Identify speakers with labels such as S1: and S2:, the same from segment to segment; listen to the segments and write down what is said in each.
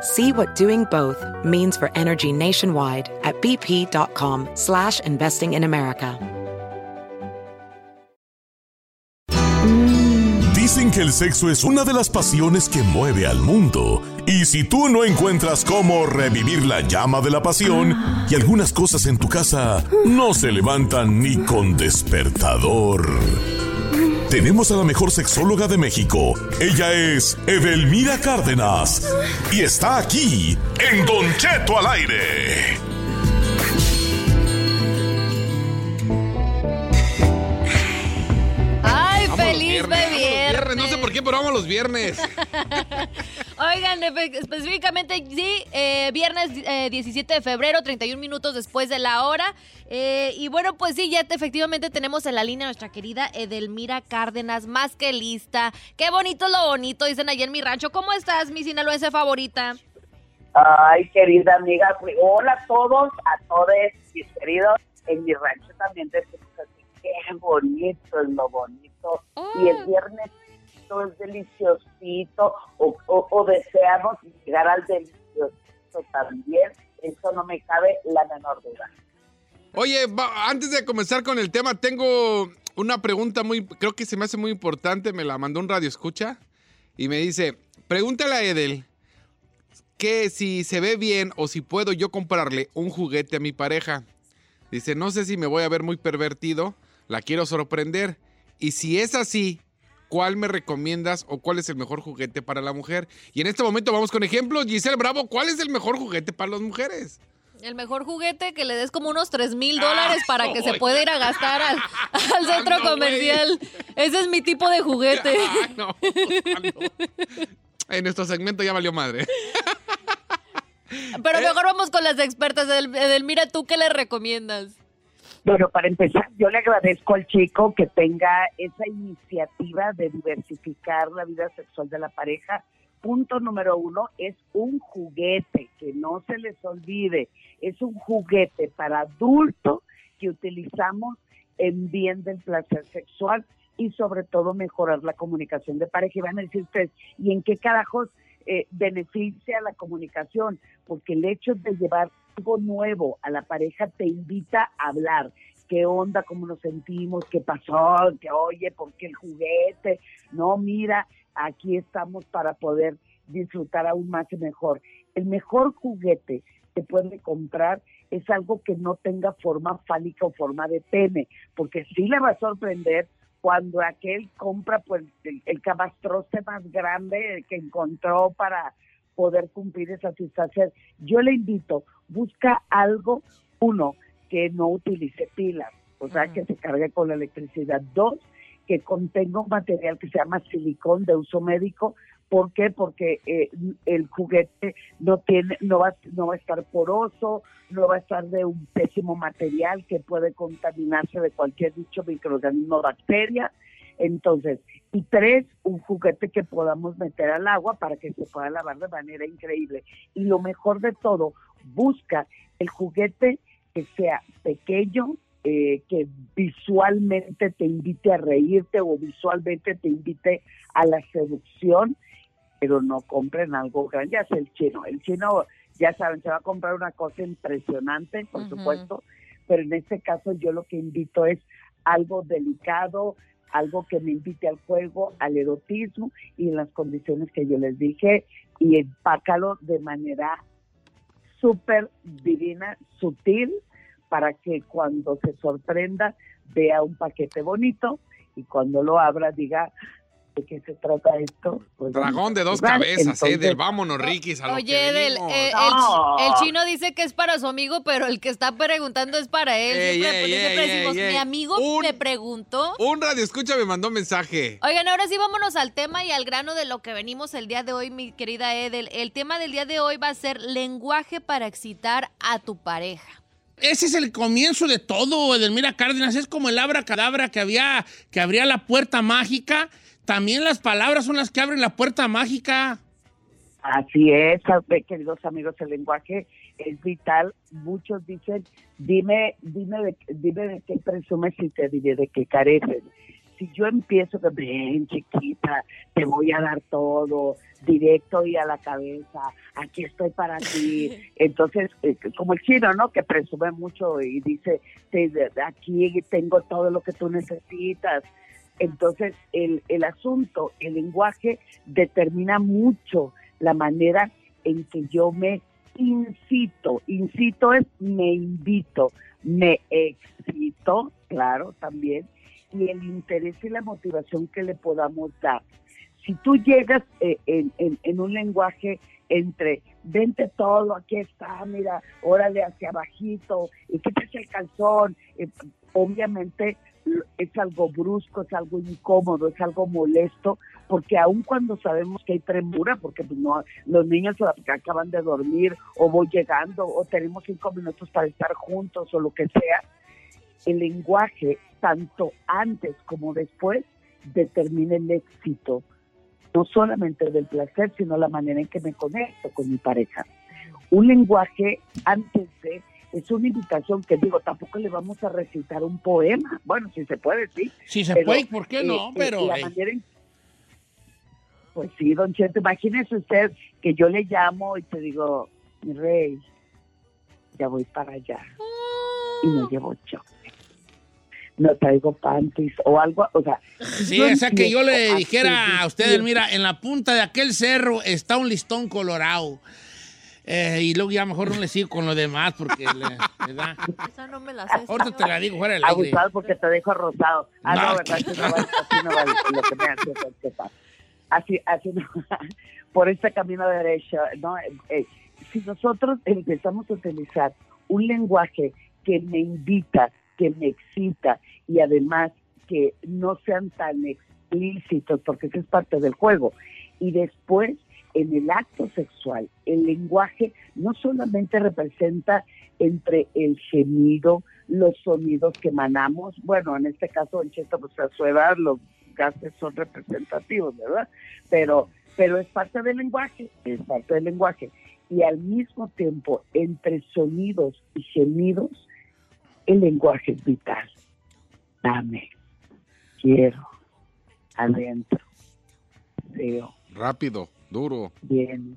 S1: See what doing both means for energy nationwide at bp.com slash investing in America.
S2: Dicen que el sexo es una de las pasiones que mueve al mundo. Y si tú no encuentras cómo revivir la llama de la pasión y algunas cosas en tu casa no se levantan ni con despertador. Tenemos a la mejor sexóloga de México. Ella es Edelmira Cárdenas. Y está aquí en Don Cheto al aire.
S3: ¡Ay,
S4: Vamos los
S3: feliz
S4: viernes,
S3: de
S4: vamos los
S3: viernes!
S4: viernes, No sé por qué, pero vamos los viernes.
S3: Oigan, espe- específicamente, sí, eh, viernes eh, 17 de febrero, 31 minutos después de la hora. Eh, y bueno, pues sí, ya te- efectivamente tenemos en la línea a nuestra querida Edelmira Cárdenas, más que lista. Qué bonito es lo bonito, dicen allá en mi rancho. ¿Cómo estás, mi sinaloense favorita?
S5: Ay, querida amiga, pues, hola a todos, a todos mis queridos. En mi rancho también decimos así, qué bonito es lo bonito. Y el viernes todo es deliciosito, o, o- o deseamos llegar al deliciosito también. Eso no me cabe la menor duda.
S4: Oye, va- antes de comenzar con el tema, tengo una pregunta muy, creo que se me hace muy importante. Me la mandó un radio escucha y me dice, pregúntale a Edel que si se ve bien o si puedo yo comprarle un juguete a mi pareja. Dice, no sé si me voy a ver muy pervertido, la quiero sorprender. Y si es así, ¿cuál me recomiendas o cuál es el mejor juguete para la mujer? Y en este momento vamos con ejemplos. Giselle Bravo, ¿cuál es el mejor juguete para las mujeres?
S3: El mejor juguete que le des como unos 3 mil dólares para que se
S4: ay.
S3: pueda ir a gastar al, al centro
S4: güey.
S3: comercial. Ese es mi tipo de juguete.
S4: Ah, no, ah, no. En nuestro segmento ya valió madre.
S3: Pero mejor vamos con las expertas. Edel- Edelmira, ¿tú qué le recomiendas?
S5: Bueno, para empezar, yo le agradezco al chico que tenga esa iniciativa de diversificar la vida sexual de la pareja. Punto número uno es un juguete, que no se les olvide, es un juguete para adulto que utilizamos en bien del placer sexual y sobre todo mejorar la comunicación de pareja. Y van a decir ustedes, ¿y en qué carajos eh, beneficia la comunicación? Porque el hecho de llevar algo nuevo a la pareja te invita a hablar. ¿Qué onda? ¿Cómo nos sentimos? ¿Qué pasó? ¿Qué oye? ¿Por qué el juguete? No, mira, aquí estamos para poder disfrutar aún más y mejor. El mejor juguete que puede comprar es algo que no tenga forma fálica o forma de pene, porque sí le va a sorprender cuando aquel compra pues el, el cabastroce más grande que encontró para poder cumplir esa satisfacción. Yo le invito, busca algo, uno, que no utilice pilas, o sea, que se cargue con la electricidad. Dos, que contenga un material que se llama silicón de uso médico. ¿Por qué? Porque eh, el juguete no tiene, no va, no va a estar poroso, no va a estar de un pésimo material que puede contaminarse de cualquier dicho microorganismo o bacteria. Entonces, y tres, un juguete que podamos meter al agua para que se pueda lavar de manera increíble. Y lo mejor de todo, busca el juguete que sea pequeño, eh, que visualmente te invite a reírte o visualmente te invite a la seducción, pero no compren algo grande. Ya es el chino. El chino, ya saben, se va a comprar una cosa impresionante, por
S3: Ujú.
S5: supuesto, pero en este caso yo lo que invito es algo delicado, algo que me invite al juego, al erotismo y en las condiciones que yo les dije y empácalo de manera súper divina, sutil, para que cuando se sorprenda vea un paquete bonito y cuando lo abra diga de qué se trata esto. Pues,
S4: Dragón de
S5: vamos
S4: dos
S5: a jugar.
S4: cabezas,
S5: Entonces,
S4: Edel. Vámonos, Ricky. A lo
S3: Oye,
S4: que
S3: Edel,
S4: venimos.
S3: eh, el,
S5: No.
S3: chi- el chino dice que es para su amigo, pero el que está preguntando es para él.
S4: Ey,
S3: siempre pues,
S4: ey,
S3: siempre
S4: ey,
S3: decimos,
S4: ey, ey.
S3: mi amigo
S4: Un-
S3: me preguntó.
S4: Un radio escucha me mandó mensaje.
S3: Oigan, ahora sí vámonos al tema y al grano de lo que venimos el día de hoy, mi querida Edel. El tema del día de hoy va a ser lenguaje para excitar a tu pareja.
S6: Ese es el comienzo de todo, Edelmira Cárdenas. Es como el abracadabra que había, que abría la puerta mágica. También las palabras son las que abren la puerta mágica.
S5: Así es, a- eh, queridos amigos, el lenguaje es vital. Muchos dicen, dime, dime, de, dime de qué presumes y te diré de qué careces. Si yo empiezo que ven chiquita, te voy a dar todo, directo y a la cabeza, aquí estoy para ti. Entonces, eh, como el chino, ¿no? Que presume mucho y dice, te- de- de aquí tengo todo lo que tú necesitas. Entonces, el, el asunto, el lenguaje determina mucho la manera en que yo me incito. Incito es me invito, me excito, claro, también, y el interés y la motivación que le podamos dar. Si tú llegas eh, en, en- en un lenguaje entre vente todo, aquí está, mira, órale hacia abajito, y quítese el calzón, eh, obviamente l- es algo brusco, es algo incómodo, es algo molesto, porque aun cuando sabemos que hay premura, porque pues, no, los niños ac- acaban de dormir o voy llegando o tenemos cinco minutos para estar juntos o lo que sea, el lenguaje, tanto antes como después, determina el éxito, no solamente del placer, sino la manera en que me conecto con mi pareja. Un lenguaje antes de... Es una invitación que digo, tampoco le vamos a recitar un poema. Bueno, si se puede, sí,
S6: Si se
S5: Pero,
S6: puede, ¿por qué
S5: eh,
S6: no?
S5: eh,
S6: Pero
S5: la
S6: eh,
S5: manera en- Pues sí, don Cheto, imagínese usted que yo le llamo y te digo, mi rey, ya voy para allá. Y no llevo choque. No traigo panties o algo, o sea.
S6: sí,
S5: no
S6: o sea que yo le
S5: empiezo
S6: dijera a ustedes,
S5: seducir.
S6: mira, en la punta de aquel cerro está un listón colorado. Eh, y luego ya mejor no le sigo con lo demás porque le, le da.
S3: Esa no me la sé.
S6: Ahorita te la digo fuera del aire.
S5: Abusado porque te dejo rosado. Ah, no,
S6: No.
S5: verdad, así no vale, así no vale lo que me hace Don Cheto. Así, así no. Por este camino derecho, ¿no? Eh, eh, si nosotros empezamos a utilizar un lenguaje que me invita, que me excita y además que no sean tan explícitos, porque eso es parte del juego. Y después, en el acto sexual, el lenguaje no solamente representa entre el gemido, los sonidos que emanamos, bueno, en este caso, en Cheto, pues a su edad los gases son representativos, ¿verdad? Pero, pero es parte del lenguaje, es parte del lenguaje. Y al mismo tiempo, entre sonidos y gemidos, el lenguaje es vital. Dame, quiero, adentro, deseo,
S4: Rápido, duro.
S5: Bien.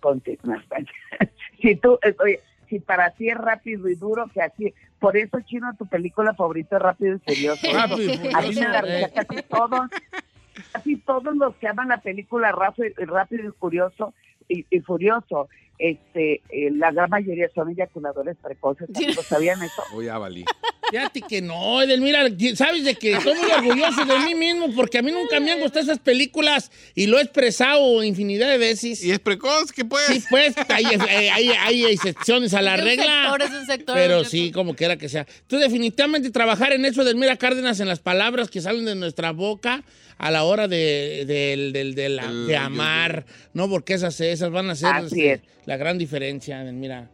S5: Continúa. si tú, eh, oye, si para ti es rápido y duro, que así. Por eso, Chino, tu película favorita es Rápido y Furioso.
S6: Rápido y
S5: A mí me
S6: Furioso,
S5: da risa
S6: eh.
S5: casi todos, casi todos los que aman la película Rápido, Rápido y Curioso y, y Furioso, este, eh, la gran mayoría son eyaculadores precoces. ¿Amigos, ¿Sabían eso?
S4: Oye, Oh, ya valí.
S6: Fíjate que no, Edelmira, sabes de que estoy muy orgulloso de mí mismo porque a mí nunca me han gustado esas películas y lo he expresado infinidad de veces.
S4: Y es precoz, ¿qué pues?
S6: Sí, pues, hay, eh, hay- hay excepciones a la
S3: Es un
S6: regla.
S3: sector, es un sector,
S6: Pero
S3: don Cheto.
S6: sí, como quiera que sea. Entonces, definitivamente trabajar en eso, Edelmira Cárdenas, en las palabras que salen de nuestra boca a la hora de, del- del- de la-
S4: El-
S6: de amar, ¿no? Porque esas, esas van a ser este,
S5: Así es.
S6: la gran diferencia, Edelmira.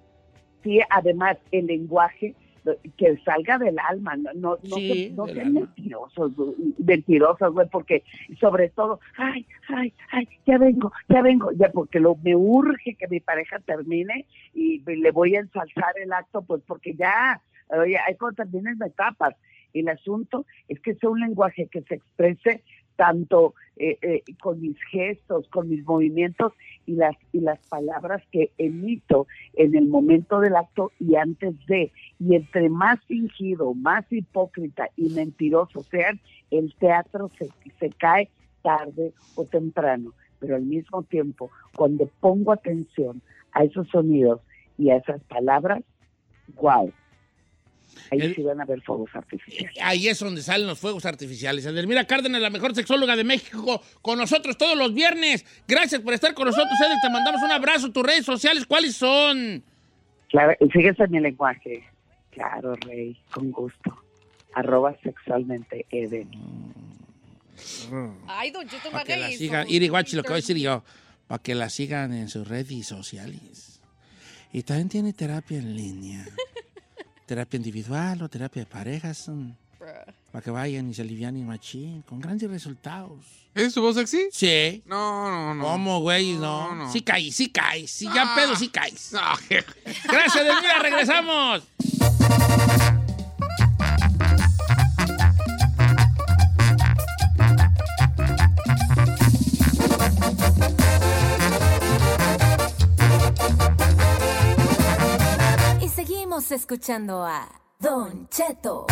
S5: sí, además, el lenguaje eh, que salga del alma, no, no, no
S6: Sí,
S5: se- no
S6: del
S5: sean
S6: alma.
S5: mentirosos, du- mentirosos, güey, porque sobre todo, ay, ay, ay, ya vengo, ya vengo, ya porque lo, me urge que mi pareja termine y le voy a ensalzar el acto, pues porque ya, oye, hay cosas, tienes etapas. El asunto es que sea un lenguaje que se exprese tanto eh, eh, con mis gestos, con mis movimientos y las, y las palabras que emito en el momento del acto y antes de. Y entre más fingido, más hipócrita y mentiroso sean, el teatro se, se cae tarde o temprano. Pero al mismo tiempo, cuando pongo atención a esos sonidos y a esas palabras, wow, Ahí
S7: El-
S5: sí van a ver fuegos artificiales.
S7: Ahí es donde salen los fuegos artificiales. Edelmira Cárdenas, la mejor sexóloga de México, con nosotros todos los viernes. Gracias por estar con nosotros, Edel. Te mandamos un abrazo. Tus redes sociales, ¿cuáles son?
S5: Claro, fíjese mi lenguaje. Claro, Rey, con gusto. Arroba sexualmente Eden.
S3: Ay, don Cheto,
S7: Para que
S3: baja
S7: la
S3: eso.
S7: sigan. Iri, guachi, lo que voy a decir yo. Para que la sigan en sus redes sociales. Y también tiene terapia en línea. terapia individual o terapia de parejas. mm, Para que vayan y se alivianen machín. Con grandes resultados.
S4: ¿Es su voz sexy?
S7: Sí.
S4: No, no, no.
S7: ¿Cómo, güey?
S4: No,
S7: No.
S4: no.
S7: Sí caí, sí caí. Sí, ya
S4: Ah.
S7: pedo, sí caís.
S4: Ah,
S7: Gracias, Edelmira. Regresamos.
S8: Y seguimos escuchando a Don Cheto.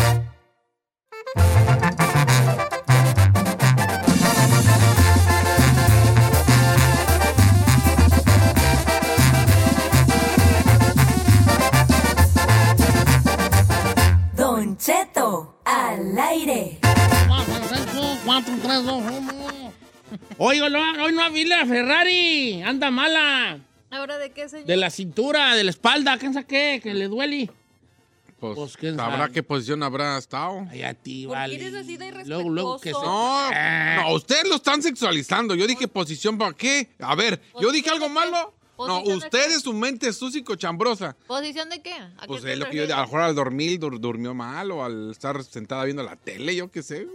S8: Don Cheto, al aire.
S3: Mm.
S7: Hoy no, hoy no había Ferrari. Anda mala.
S3: ¿Ahora de qué, señor?
S7: De la cintura, de la espalda. ¿Quién sabe qué? Que le duele.
S4: pues,
S7: Pues, ¿quién
S4: sabrá
S7: sabe?
S4: qué posición habrá estado.
S7: Ay, a ti,
S3: ¿Por qué
S7: vale.
S3: eres así de
S7: Luego, luego que se- Ah.
S4: No, no, ustedes lo están sexualizando. Yo dije posición para qué. A ver, yo
S3: Posición
S4: dije
S3: de
S4: algo
S3: qué.
S4: malo. No,
S3: Posición de
S4: ustedes,
S3: qué.
S4: su mente es súcico chambrosa.
S3: ¿Posición de qué? ¿A
S4: Pues
S3: qué
S4: es
S3: te
S4: lo que yo, a lo
S3: refieres?
S4: mejor al dormir dur- durmió mal o al estar sentada viendo la tele, yo qué sé.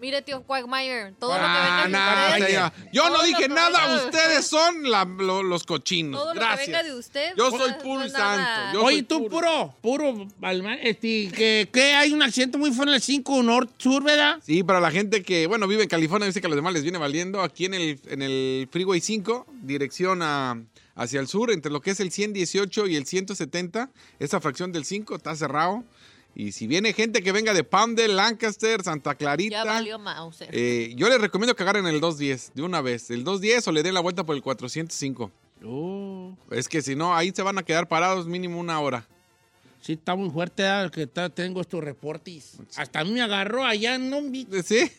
S3: Mire, tío Quagmire, todo
S4: Ah,
S3: lo que venga
S4: nada,
S3: de
S4: o
S3: usted.
S4: sea, Yo no
S3: todo lo
S4: dije
S3: que venga
S4: nada,
S3: de
S4: ustedes son la- lo- los cochinos.
S3: Todo lo que
S4: Gracias.
S3: venga de usted,
S4: Yo
S3: no
S4: soy
S3: es-
S4: puro
S3: no
S4: y
S3: es nada.
S4: santo. yo
S7: Oye,
S4: soy
S7: tú puro, puro, alma- este, que, que hay un accidente muy fuerte en el 5 North Sur, ¿verdad?
S4: Sí, para la gente que, bueno, vive en California, dice que a los demás les viene valiendo. Aquí en el, en el Freeway 5, dirección a- hacia el sur, entre lo que es el 118 y el 170, esa fracción del 5 está cerrado. Y si viene gente que venga de Palmdale, Lancaster, Santa Clarita,
S3: Ya valió Mauser.
S4: eh, yo les recomiendo que agarren el 210 de una vez. El 210 o le den la vuelta por el 405.
S7: Oh,
S4: Es que si no, ahí se van a quedar parados mínimo una hora.
S7: sí, está muy fuerte, ¿verdad? que está- tengo estos reportes. Hasta a mí me agarró allá en un bicho.
S4: ¿Sí?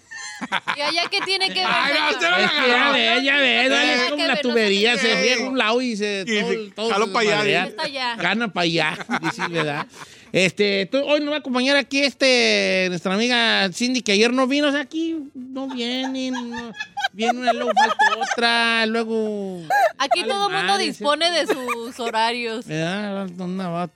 S3: ¿Y allá qué tiene que ver?
S4: Ay, no,
S3: señor?
S4: usted no la
S7: Es que ya ves, ya ves,
S4: no, no,
S7: es
S4: no,
S7: como
S3: no,
S7: la
S3: no,
S7: tubería,
S3: no,
S7: se
S4: no,
S7: riega
S4: no,
S7: un lado y se...
S4: y
S7: todo,
S4: se
S7: todo
S4: jaló
S7: se
S4: pa' allá,
S7: madrea.
S3: Está allá.
S7: Gana para allá, dices, ¿verdad? Este, tú- hoy nos va a acompañar aquí este, nuestra amiga Cindy, que ayer no vino, o sea, aquí no vienen, no- viene una, luego falta otra, luego...
S3: Aquí
S7: vale
S3: todo el mundo
S7: madre,
S3: dispone de sus horarios.
S7: ¿Verdad? Una va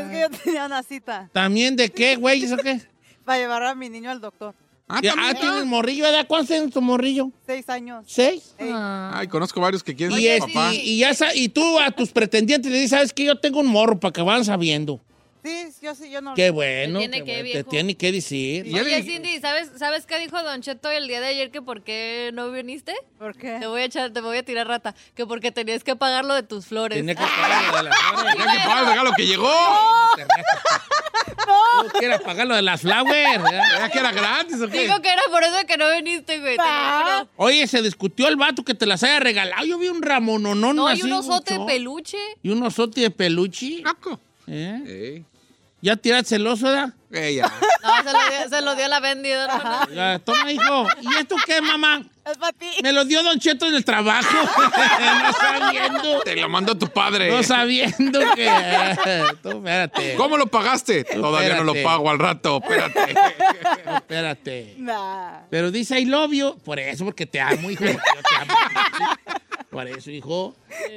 S9: Es que yo tenía una cita
S7: ¿También de qué, güey? ¿Eso qué?
S9: para llevar a mi niño al doctor.
S4: Ah,
S7: Ah,
S4: también.
S7: tiene morrillo, ¿verdad? ¿Cuántos años tu morrillo?
S9: Seis años.
S7: ¿Seis?
S9: Ey.
S4: Ay, conozco varios que quieren
S7: Y,
S4: ser
S7: es-
S4: papá.
S7: y, y ya sa- y tú a tus pretendientes le dices, ¿sabes qué? Yo tengo un morro para que van sabiendo.
S9: Sí, yo sí, yo no.
S7: Qué bueno.
S3: Te tiene
S7: qué
S3: que,
S7: bueno,
S3: viejo.
S7: Te tiene que decir.
S4: Y ya le
S3: Oye,
S4: dije-
S3: Cindy, ¿sabes, ¿sabes qué dijo Don Cheto el día de ayer que por qué no viniste?
S9: ¿Por
S3: Te
S9: qué?
S3: voy a echar, te voy a tirar rata. Que porque tenías que pagar lo de tus flores.
S7: Tenía que pagar lo de las flowers.
S4: Ya que pagar el regalo que llegó.
S7: Tú quieres pagar lo de las flowers. ¿verdad?
S4: Ya que era gratis, ¿o qué?
S3: Digo que era por eso que no viniste, güey. te lo
S9: Ah.
S3: juro.
S7: Ah. Oye, se discutió el vato que te las haya regalado. Yo vi un ramononón
S3: No,
S7: así.
S3: y un osote de
S7: mucho.
S3: peluche.
S7: Y un osote de peluche.
S4: Naco.
S7: ¿Eh?
S4: Ey.
S7: Ya tiraste el oso, ¿verdad?
S4: Ey, ya.
S3: No, se lo dio, se lo dio la vendidora. ¿no?
S7: Ya, Toma, hijo. ¿Y esto qué, mamá?
S9: Es para ti.
S7: Me lo dio Don Cheto en el trabajo. no sabiendo.
S4: Te lo mandó tu padre.
S7: No sabiendo que. Tú, espérate.
S4: ¿Cómo lo pagaste? Todavía no lo
S7: Espérate.
S4: pago al rato, espérate.
S7: Espérate.
S9: Nah.
S7: Pero dice I love you. Por eso, porque te amo, hijo. porque yo te amo. Por eso, hijo.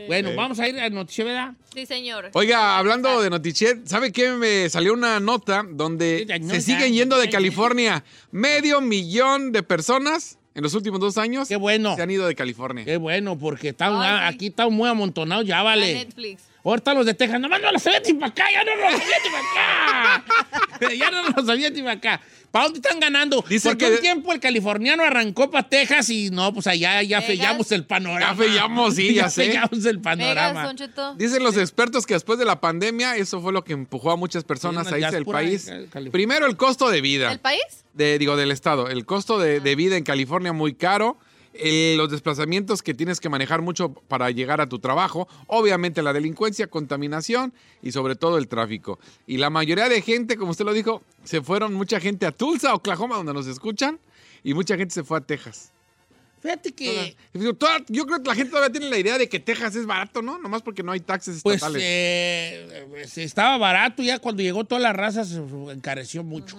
S7: Bueno, vamos a ir a noticia, ¿verdad?
S3: Sí, señor.
S4: Oiga, hablando de Notichet, ¿sabe qué? Me salió una nota donde
S7: Mira, no,
S4: se
S7: ya,
S4: siguen yendo de
S7: ya,
S4: California. Medio millón de personas en los últimos dos años
S7: Qué bueno.
S4: se han ido de California.
S7: Qué bueno, porque está un-
S3: Ay, sí.
S7: aquí está muy amontonado ya,
S3: A
S7: vale.
S3: Netflix.
S7: Ahorita los de Texas, nomás no los avienten para acá, ya no los avienten para acá. ya no los avienten para acá. ¿Para dónde están ganando?
S4: Dicen
S7: porque
S4: que-
S7: un tiempo el californiano arrancó para Texas y no, pues allá ya
S3: Vegas.
S7: fellamos el panorama.
S4: Ya fellamos, sí, ya sé.
S7: fellamos el
S3: Vegas,
S7: panorama.
S3: Don Cheto.
S4: Dicen los expertos que después de la pandemia eso fue lo que empujó a muchas personas
S7: Sí,
S4: a
S7: una
S4: irse del
S7: diáspora
S4: país.
S7: en California.
S4: Primero el costo de vida.
S3: ¿El país?
S4: de- digo, del estado. El costo de, de vida en California muy caro el- los desplazamientos que tienes que manejar mucho para llegar a tu trabajo, obviamente la delincuencia, contaminación y sobre todo el tráfico. Y la mayoría de gente, como usted lo dijo, se fueron mucha gente a Tulsa, Oklahoma, donde nos escuchan, y mucha gente se fue a Texas.
S7: Fíjate que.
S4: Y digo, toda- yo creo que la gente todavía tiene la idea de que Texas es barato, ¿no? Nomás porque no hay taxes
S7: Pues
S4: estatales.
S7: eh, pues, estaba barato, ya cuando llegó toda la raza se encareció mucho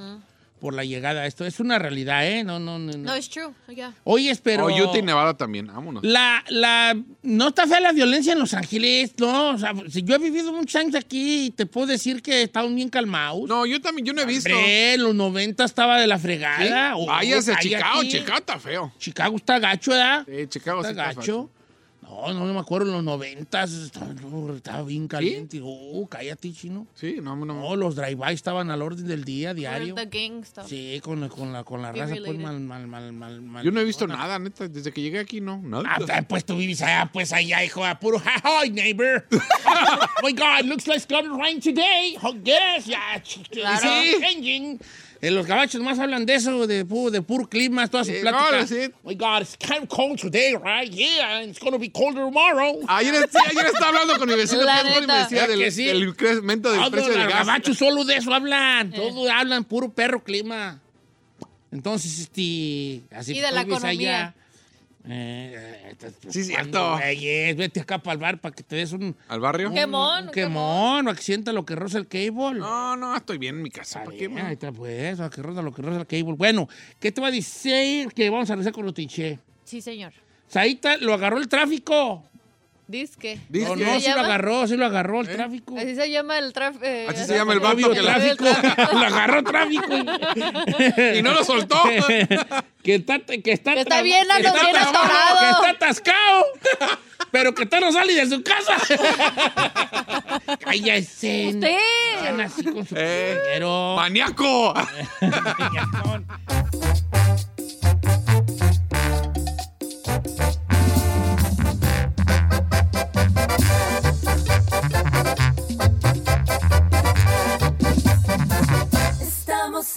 S7: por la llegada a esto. Es una realidad, ¿eh? No, no, no. no.
S6: No, es true. Ya.
S7: Oye, pero.
S4: O Utah y Nevada también, vámonos.
S7: La, la, no está fea la violencia en Los Ángeles, no. O sea, si yo he vivido muchos años aquí y te puedo decir que estaban bien calmados.
S4: No, yo también, yo no he visto.
S7: Hombre, los 90 estaba de la
S4: ¿Sí?
S7: fregada. Oh,
S4: Váyase a
S7: cállate.
S4: Chicago, Chicago está feo.
S7: Chicago está gacho, ¿verdad?
S4: Sí, Chicago sí
S7: está
S4: está
S7: gacho. No, no me acuerdo, los 90 estaba, estaba bien caliente. Oh, cállate, chino.
S4: Sí, no, no.
S7: No, los drive-by estaban al orden del día, diario.
S6: The gang stuff.
S7: Sí, con, la- con la, con la
S6: Be
S7: raza, pues,
S6: related.
S7: mal, mal, mal, mal, mal.
S4: Yo no he visto nada, neta. Desde que llegué aquí, no. Nada.
S7: Ah, ah, pues tú vives allá, pues allá, hijo, a puro hi, hi, neighbor. oh my God, looks like it's gonna rain today. Oh, yes, yeah, ch- it's changing. Eh, los gabachos más hablan de eso, de puro, de puro clima, toda su
S4: Sí,
S7: plática.
S4: no, sí.
S7: Oh my God, it's kind of cold today, right? Yeah, and it's gonna be colder tomorrow.
S4: Ayer, sí, ayer estaba hablando con mi vecino
S6: La
S4: Pedro, y me
S6: neta.
S4: decía
S7: Es
S4: del,
S7: que sí.
S4: del incremento del
S7: Todos
S4: precio del
S7: los
S4: gas.
S7: gabachos solo de eso hablan.
S6: Eh.
S7: Todos hablan puro perro clima. Entonces, este. Así
S6: Y
S7: que
S6: de
S7: tú
S6: la
S7: vives
S6: economía.
S7: allá. Eh, eh, estás
S4: Sí, cierto.
S7: preocupando, güeyes. vete acá para el bar para que te des un.
S4: ¿Al barrio?
S7: un-
S6: Quemón,
S7: un
S6: un
S7: quemón, para que sienta lo que roza el cable.
S4: No, no, estoy bien en mi casa.
S7: Está
S4: ¿Para qué?
S7: bien, ahí
S4: man?
S7: está, pues, para que roza lo que roza el cable. Bueno, ¿qué te va a decir? Que vamos a regresar con los tiché.
S6: Sí, señor.
S7: Saita lo agarró el tráfico.
S6: Disque.
S4: Dice
S7: O
S4: que- ¿Eh?
S7: no, sí lo
S6: llama?
S7: agarró, sí lo agarró el tráfico.
S6: Así se llama el tráfico.
S3: eh,
S4: Así se llama el vato
S7: Obvio,
S4: que la-
S7: tráfico. lo agarró tráfico.
S4: Y no lo soltó.
S7: que está, que está,
S6: Que está bien,
S7: que
S6: ando bien
S7: atascado,
S6: atorado.
S7: Que está atascado. Pero que está no sale de su casa. Cállese.
S6: Usted.
S7: Están así con su
S4: Eh,
S7: compañero.
S4: ¡Maníaco!
S7: Peñazón.
S8: Estamos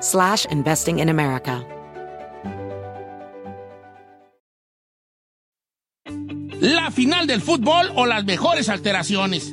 S1: slash investing in America.
S7: La final del fútbol o las mejores alteraciones.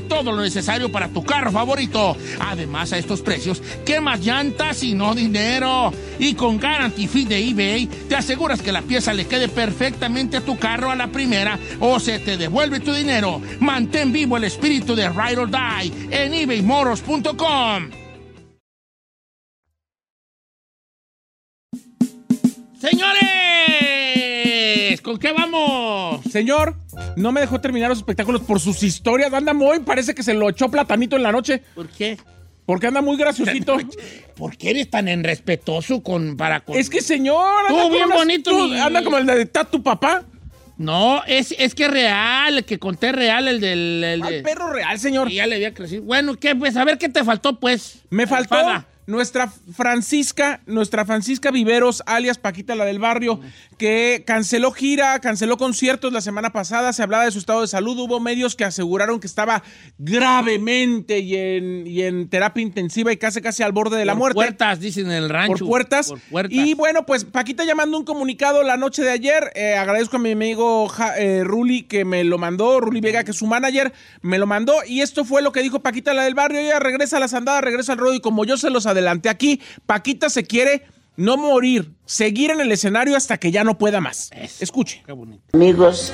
S7: todo lo necesario para tu carro favorito. Además, a estos precios, ¿qué más llantas y no dinero? Y con Guarantee Fee de eBay, te aseguras que la pieza le quede perfectamente a tu carro a la primera o se te devuelve tu dinero. Mantén vivo el espíritu de Ride or Die en eBayMoros.com. Señores, ¿con qué vamos?
S10: Señor, no me dejó terminar los espectáculos por sus historias. Anda muy, parece que se lo echó platanito en la noche.
S7: ¿Por qué?
S10: Porque anda muy graciosito.
S7: ¿Por qué eres tan enrespetuoso con, para con-
S10: es que, señor.
S7: Tú,
S10: anda con
S7: bien
S10: unas-
S7: bonito,
S10: tú,
S7: mi-
S10: Anda como el de "Ta tu papá.
S7: No, es, es que es real, el que conté es real, el del... el de-
S10: Al perro real, señor.
S7: Y ya le había crecido. Bueno, ¿qué? Pues a ver qué te faltó, pues.
S10: Me faltó
S7: Alfada.
S10: nuestra Francisca, nuestra Francisca Viveros, alias Paquita, la del barrio, que canceló gira, canceló conciertos la semana pasada, se hablaba de su estado de salud, hubo medios que aseguraron que estaba gravemente y en, y en terapia intensiva y casi casi al borde de la
S7: Por
S10: muerte.
S7: puertas, dicen en el rancho.
S10: Por puertas.
S7: Por puertas.
S10: Y bueno, pues Paquita ya mandó un comunicado la noche de ayer. Eh, agradezco a mi amigo Ja- eh, Ruli que me lo mandó, Ruli Vega, que es su manager, me lo mandó. Y esto fue lo que dijo Paquita, la del barrio. Ella regresa a las andadas, regresa al ruedo. Y como yo se los adelanté aquí, Paquita se quiere no morir, seguir en el escenario hasta que ya no pueda más. Escuche.
S9: Amigos,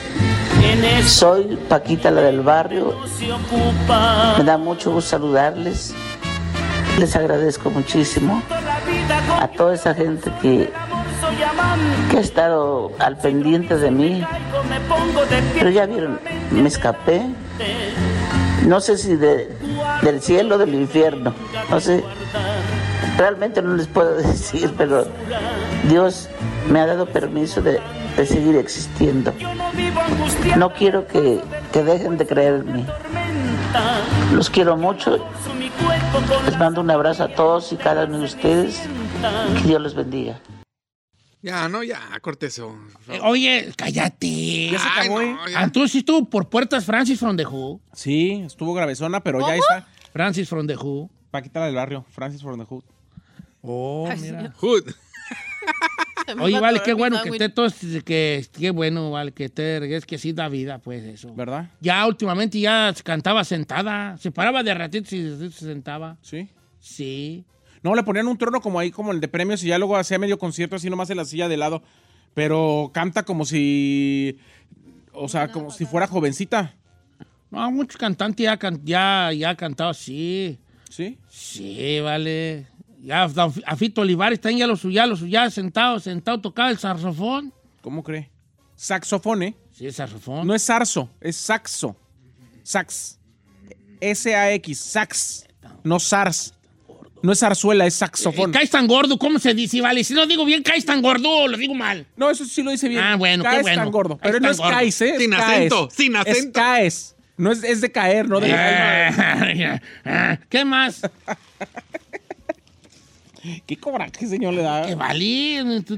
S9: soy Paquita la del barrio. Me da mucho gusto saludarles. Les agradezco muchísimo a toda esa gente que, que ha estado al pendiente de mí. Pero ya vieron, me escapé. No sé si de- del cielo o del infierno. No sé. Realmente no les puedo decir, pero Dios me ha dado permiso de, de seguir existiendo. No quiero que, que dejen de creer en mí. Los quiero mucho. Les mando un abrazo a todos y cada uno de ustedes. Que Dios los bendiga.
S4: Ya, no, ya, corte eso.
S7: Eh, Oye, cállate.
S4: Ya se acabó, ¿eh?
S7: Entonces Ah, sí estuvo por puertas Francis from the Who.
S10: Sí, estuvo gravesona, pero ya está.
S7: Francis from the Who.
S10: Paquita la del barrio, Francis from the Hood.
S7: Oh,
S10: Ay,
S7: mira.
S10: señor.
S7: Oye, vale, qué bueno que esté todo, este, que, qué bueno, vale, que esté, es que sí da vida, pues, eso.
S10: ¿Verdad?
S7: Ya últimamente ya cantaba sentada, se paraba de ratito y de ratito se sentaba.
S10: Sí.
S7: Sí.
S10: No, le ponían un trono como ahí, como el de premios, y ya luego hacía medio concierto así nomás en la silla de lado. Pero canta como si. O sea, como si fuera jovencita.
S7: No, muchos cantantes Pues, ya, can- ya, ya han cantado así.
S10: ¿Sí?
S7: Sí, vale. Ya hasta a Fito Olivares están ya los suyos, ya los suyos, sentado, sentado, tocaba el saxofón.
S10: ¿Cómo cree? Saxofón, ¿eh?
S7: Sí, saxofón.
S10: No es zarzo, es saxo. Sax. S-A-X, sax. No SARS. No es zarzuela, es saxofón.
S7: Caes tan gordo, ¿cómo se dice? Vale, si no digo bien, caes tan gordo o lo digo mal.
S10: No, eso sí lo dice bien.
S7: Ah, bueno, qué
S10: Caes
S7: bueno.
S10: tan gordo. Pero
S7: Caes
S10: no
S7: tan
S10: es
S7: gordo.
S10: caes, ¿eh? Es
S4: Sin
S10: caes.
S4: acento, sin
S10: Es
S4: acento.
S10: caes. No es, es de caer, no de
S7: Eh, ¿Qué más?
S10: ¿Qué cobraje, señor, le da?
S7: Que vale. tú-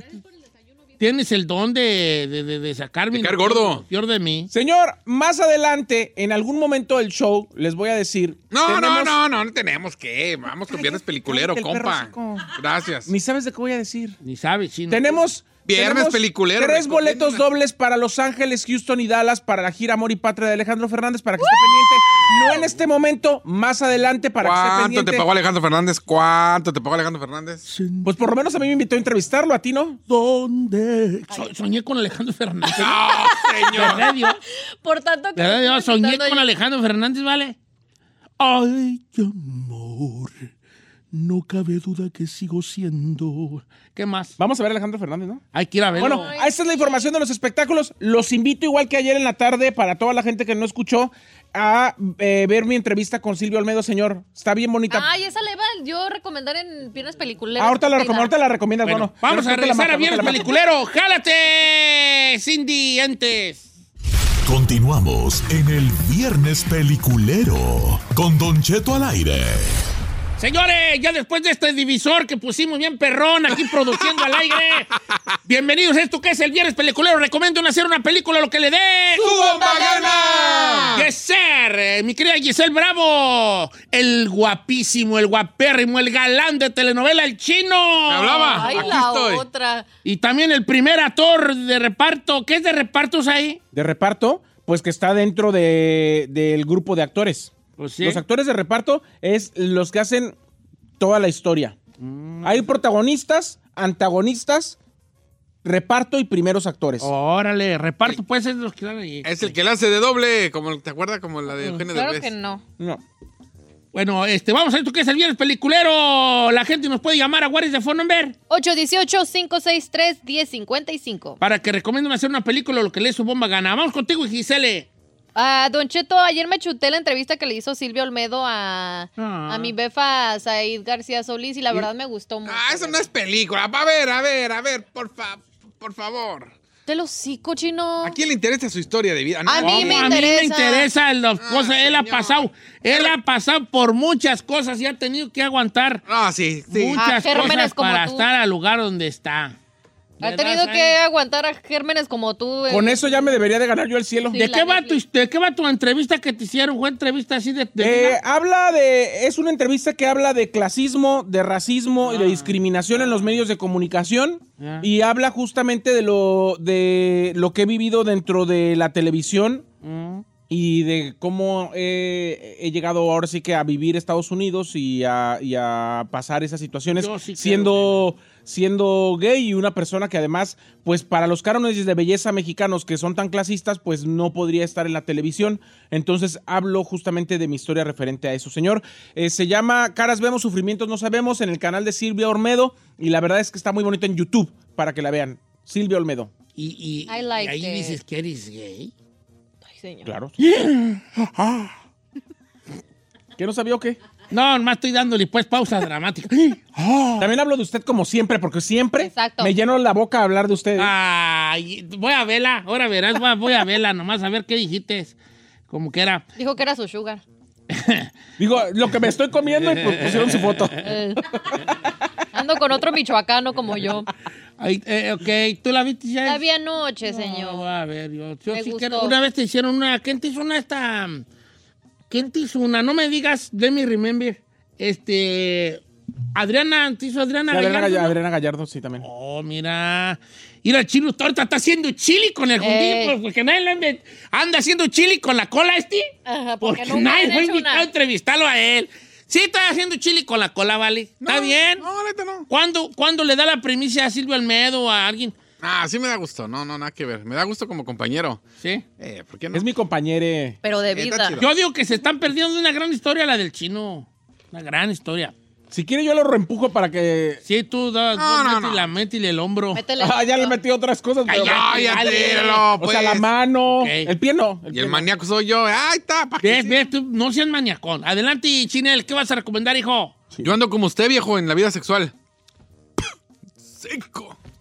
S7: Tienes el don de, de, de- de sacarme.
S4: De caer
S7: lo peor-
S4: gordo.
S7: lo Peor de mí.
S10: Señor, más adelante, en algún momento del show, les voy a decir.
S4: No, no,
S10: tenemos-
S4: no, no, no tenemos que. Vamos con viernes peliculero,
S10: cállate el
S4: compa.
S10: perro
S4: Gracias.
S10: Ni sabes de qué voy a decir.
S7: Ni sabes, sí. no.
S10: Tenemos.
S4: Viernes
S10: tenemos
S4: peliculero,
S10: Tres
S4: recomienda.
S10: boletos dobles para Los Ángeles, Houston y Dallas para la gira Amor y Patria de Alejandro Fernández para que esté pendiente. No en este momento, más adelante para que esté
S4: ¿Cuánto
S10: pendiente.
S4: te pagó Alejandro Fernández? ¿Cuánto te pagó Alejandro Fernández?
S10: Pues por lo menos a mí me invitó a entrevistarlo, a ti no.
S7: ¿Dónde? So- soñé con Alejandro Fernández.
S4: ¡No, señor!
S7: ¿Verdad, Dios?
S3: Por tanto que...
S7: ¿Verdad, Dios? Soñé
S3: Tanto-
S7: con Alejandro Fernández, ¿vale? Ay, qué amor. No cabe duda que sigo siendo. ¿Qué más?
S10: Vamos a ver a Alejandro Fernández, ¿no?
S7: Hay que ir a verlo.
S10: Bueno, esta es la información de los espectáculos. Los invito, igual que ayer en la tarde, para toda la gente que no escuchó, a eh, ver mi entrevista con Silvio Olmedo, señor. Está bien bonita.
S3: Ay, esa le iba yo a recomendar en Piernas Peliculeras.
S10: Ah, ahorita, la, recom-
S3: Mira.
S10: ahorita la recomiendas,
S7: Bueno,
S10: bueno.
S7: vamos
S10: Ahorita te
S7: a
S10: la
S7: regresar
S10: marco,
S7: a Viernes
S10: ahorita te la marco.
S7: Peliculero. ¡Jálate, Cindy, antes!
S2: Continuamos en el Viernes Peliculero con Don Cheto al aire.
S7: Señores, ya después de este divisor que pusimos bien perrón aquí produciendo al aire, bienvenidos a esto que es el Viernes Peliculero. Recomiendo hacer una película lo que le dé.
S4: ¡Tu bomba gana!
S7: ¡Qué ser! eh, Mi querida Giselle Bravo, el guapísimo, el guapérrimo, el galán de telenovela El Chino.
S4: Me hablaba.
S3: Ay,
S4: Aquí
S3: la
S4: estoy.
S3: otra.
S7: Y también el primer actor de reparto. ¿Qué es de repartos ahí?
S10: De reparto, pues que está dentro de, del grupo de actores.
S7: Pues sí.
S10: Los actores de reparto es los que hacen toda la historia.
S7: Mm.
S10: Hay protagonistas, antagonistas, reparto y primeros actores. Eh,
S7: Órale, reparto, pues es los que dan ahí.
S4: Es el que la hace de doble, como el- te acuerdas, como la de Eugenio
S3: Mm, Claro
S4: Derbez.
S3: que no.
S10: No.
S7: Bueno, este, vamos a esto que es el viernes peliculero. La gente nos puede llamar a What is the phone number
S3: 818-563-1055.
S7: para que recomienden hacer una película o lo que le su bomba gana. Vamos contigo, Gisele.
S3: Ah, don Cheto, ayer me chuté la entrevista que le hizo Silvio Olmedo a,
S7: Ah.
S3: a mi befa Said García Solís y la verdad me gustó mucho.
S4: Ah, eso no es película. A ver, a ver, a ver, por, fa- por favor.
S3: Te lo cico, chino.
S4: ¿A quién le interesa su historia de vida? Ah,
S3: A mí
S7: No,
S3: me
S7: a mí me
S3: interesa.
S7: interesa las cosas. Él ha
S4: señor.
S7: pasado, él ha pasado por muchas cosas y ha tenido que aguantar
S4: No, Ah, sí, sí.
S7: muchas
S3: A gérmenes
S7: cosas
S3: como
S7: para
S3: tú.
S7: estar al lugar donde está.
S3: Ha
S7: ¿Verdad,
S3: tenido
S7: Said?
S3: que aguantar a gérmenes como tú. eh.
S10: Con eso ya me debería de ganar yo el cielo.
S3: Sí.
S7: ¿De
S3: la
S7: qué, va tu,
S3: Netflix.
S7: ¿De qué va tu entrevista que te hicieron? ¿Fue entrevista así de, de
S10: Eh,
S7: vida?
S10: habla de. Es una entrevista que habla de clasismo, de racismo y de discriminación en los medios de comunicación.
S7: Ah. Ya.
S10: Y habla justamente de lo, de lo que he vivido dentro de la televisión
S7: Mm.
S10: y de cómo eh, he llegado ahora sí que a vivir Estados Unidos y a, y a pasar esas situaciones
S7: Yo sí creo,
S10: siendo, siendo gay y una persona que además, pues para los cánones de belleza mexicanos que son tan clasistas, pues no podría estar en la televisión. Entonces hablo justamente de mi historia referente a eso, señor. Eh, se llama Caras Vemos, Sufrimientos No Sabemos en el canal de Silvia Olmedo y la verdad es que está muy bonito en YouTube para que la vean. Silvia Olmedo.
S7: Y, y-
S3: I
S7: y
S3: like
S7: ahí
S3: it.
S7: dices que eres gay.
S3: Este,
S7: Ah.
S3: Ay, señor.
S10: Claro. ¿Qué no sabía o qué?
S7: No, nomás estoy dándole pues pausa dramática.
S10: Ah. También hablo de usted como siempre, porque siempre
S7: Exacto.
S10: me lleno la boca a hablar de usted. ¿eh?
S7: Ay, voy a verla, ahora verás, voy a, voy a verla, nomás a ver qué dijiste. Como que era.
S3: Dijo que era su sugar.
S10: Digo, lo que me estoy comiendo y pues pusieron su foto.
S3: Eh, ando con otro michoacano como yo.
S7: Ay, eh, ok, ¿tú la viste ya?
S3: Todavía noche, señor.
S7: No, a ver, yo, yo
S3: Me
S7: sí
S3: gustó.
S7: quiero- Una vez te hicieron una. ¿Quién te hizo una esta? ¿Quién te hizo una? No me digas, let me remember. Este. Adriana, ¿te hizo Adriana?
S10: Sí, Adriana,
S7: Gallardo,
S10: Gallardo,
S7: no?
S10: Adriana Gallardo, sí, también.
S7: Oh, mira. Mira, Chilo Torta está haciendo chili con el judío,
S3: Eh.
S10: Ey.
S7: pues, porque nadie lo ha invet- Anda haciendo chili con la cola este.
S3: Ajá,
S7: porque
S3: Eh, porque nunca
S7: nadie
S3: han
S7: lo ha
S3: hecho
S7: invitado a
S3: una.
S7: entrevistarlo a él. Sí, está haciendo chili con la cola, ¿vale? ¿Está bien? No,
S4: neta no.
S7: ¿Cuándo, cuándo le da la primicia a Silvio Almedo o a alguien?
S4: Ah, sí me da gusto. No, no, nada que ver. Me da gusto como compañero.
S7: ¿Sí?
S4: Eh, ¿por qué no?
S10: Es mi compañere.
S3: Pero de
S4: Está
S3: vida.
S4: chido.
S7: Yo digo que se están perdiendo una gran historia, la del chino. Una gran historia.
S10: Si quiere, yo lo reempujo para que.
S7: Sí, tú das
S10: No, no,
S7: la mente y el hombro.
S3: Métele.
S10: Ah, ya le metí otras cosas. pero-
S7: Cállate, Cállate, vale. no,
S10: O sea,
S7: pues.
S10: la mano, el pie no.
S4: Y el maníaco soy yo. eh. Ahí está. pa' que
S7: Ves,
S4: sí.
S7: ves, tú no seas maniacón. Adelante, Chinel, ¿qué vas a recomendar, hijo?
S4: Yo ando como usted, viejo, en la vida sexual.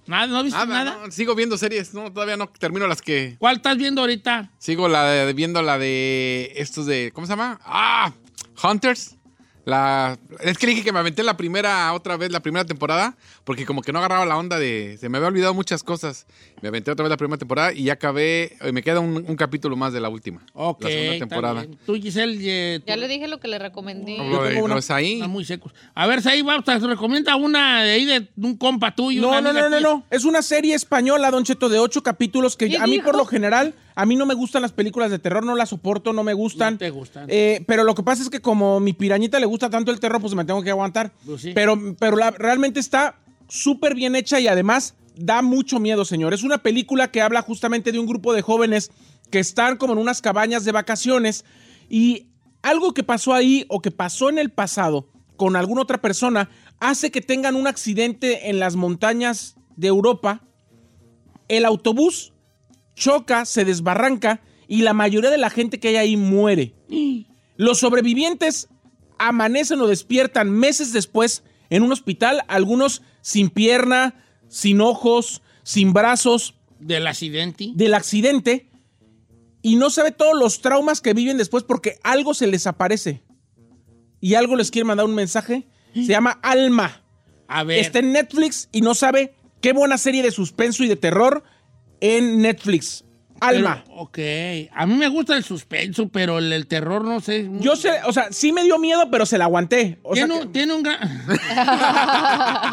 S7: Nada, ¿no viste nada?
S4: Ah, no, sigo viendo series. No, todavía no termino las que...
S7: ¿Cuál estás viendo ahorita?
S4: Sigo la de- viendo la de estos de. ¿Cómo se llama? ¡Ah! Hunters. La, es que le dije que me aventé la primera, otra vez, la primera temporada, porque como que no agarraba la onda de. Se me había olvidado muchas cosas. Me aventé otra vez la primera temporada y ya acabé. eh, Me queda un, un capítulo más de la última.
S7: Ok,
S4: La segunda
S7: está
S4: temporada.
S7: bien. Tú, Giselle. eh, tú-
S3: Ya le dije lo que le recomendé.
S4: Hablo de- no es ahí.
S7: Está muy secos. A ver, Saí, vamos, te recomienda una de ahí de un compa tuyo.
S10: No,
S7: una
S10: no,
S7: amiga
S10: no, no,
S7: tuya.
S10: no. Es una serie española, Don Cheto, de ocho capítulos que
S7: ¿Qué
S10: a mí por
S7: dijo?
S10: lo general, a mí no me gustan las películas de terror, no las soporto, no me gustan.
S7: te gustan.
S10: Eh, pero lo que pasa es que como mi pirañita le gusta tanto el terror, pues me tengo que aguantar.
S7: Pues sí.
S10: Pero, pero la- realmente está súper bien hecha y además da mucho miedo, señor. Es una película que habla justamente de un grupo de jóvenes que están como en unas cabañas de vacaciones y algo que pasó ahí o que pasó en el pasado con alguna otra persona hace que tengan un accidente en las montañas de Europa. El autobús choca, se desbarranca y la mayoría de la gente que hay ahí muere. Los sobrevivientes amanecen o despiertan meses después en un hospital, algunos sin pierna, sin ojos, sin brazos,
S7: Del accidente.
S10: del accidente, y no sabe todos los traumas que viven después porque algo se les aparece. Y algo les quiere mandar un mensaje. Se llama Alma.
S7: A ver.
S10: Está en Netflix y no sabe qué buena serie de suspenso y de terror en Netflix. Alma.
S7: Pero, ok. A mí me gusta el suspenso, pero el, el terror no sé.
S10: Yo sé, o sea, sí me dio miedo, pero se la aguanté. O sea
S7: tiene, un, tiene un gran.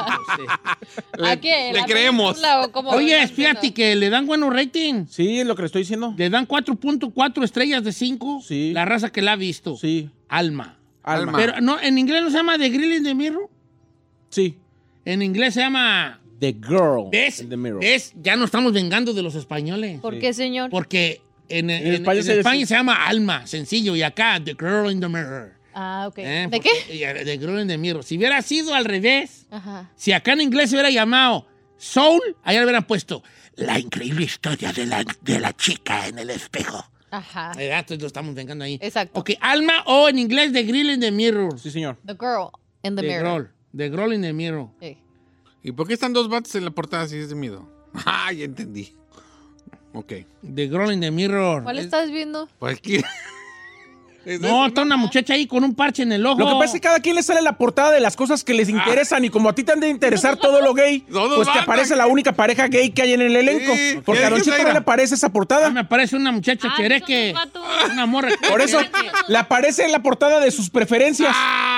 S3: ¿A qué?
S7: le
S3: Eh, ¿La
S7: creemos.
S3: película o cómo?
S7: Oye, fíjate que le dan buenos rating.
S10: Sí, es lo que le estoy diciendo.
S7: Le dan 4.4 estrellas de 5. Sí. La raza que la ha visto.
S10: Sí.
S7: Alma.
S10: Alma.
S7: Pero no, en inglés no se llama The Grill in the Mirror.
S10: Sí.
S7: En inglés se llama.
S10: The Girl
S7: ¿Ves?
S10: in the Mirror.
S7: ¿Ves? Ya nos estamos vengando de los españoles.
S3: ¿Por qué, señor?
S7: Porque en, en- en España,
S10: España se-
S7: se llama Alma, sencillo. Y acá, The Girl in the Mirror.
S3: Ah, ok.
S7: ¿eh?
S3: ¿De
S7: Porque-
S3: qué?
S7: y- The Girl in the Mirror. Si hubiera sido al revés,
S3: Ajá.
S7: si acá en inglés se hubiera llamado Soul, allá le hubieran puesto La increíble historia de la, de la chica en el espejo.
S3: Ajá.
S7: Eh, ah, entonces lo estamos vengando ahí.
S3: Exacto.
S7: Ok, Alma o en inglés The Grill in the Mirror.
S10: Sí, señor.
S3: The girl in the,
S7: The
S3: mirror.
S7: Girl. The Girl in the Mirror.
S3: Sí.
S4: ¿Y por qué están dos vatos en la portada si es de miedo? Ah, ya entendí. Ok.
S7: The Girl in the Mirror.
S3: ¿Cuál
S7: Es-
S3: estás viendo?
S4: Pues aquí.
S7: No, está una muchacha ahí con un parche en el ojo.
S10: Lo que pasa es que cada quien le sale la portada de las cosas que
S7: Ah.
S10: les interesan y como a ti te han de interesar todo lo gay,
S4: Todo
S10: pues te
S4: banda.
S10: aparece la única pareja gay que hay en el elenco.
S4: Sí,
S10: porque
S4: ¿qué
S10: a Don
S4: dices,
S10: Cheto no
S4: Aira?
S10: le aparece esa portada.
S7: Ah, Me parece una muchacha
S3: Ay,
S7: chereque.
S3: son los
S7: Una morra.
S10: Por eso le aparece en la portada de sus preferencias.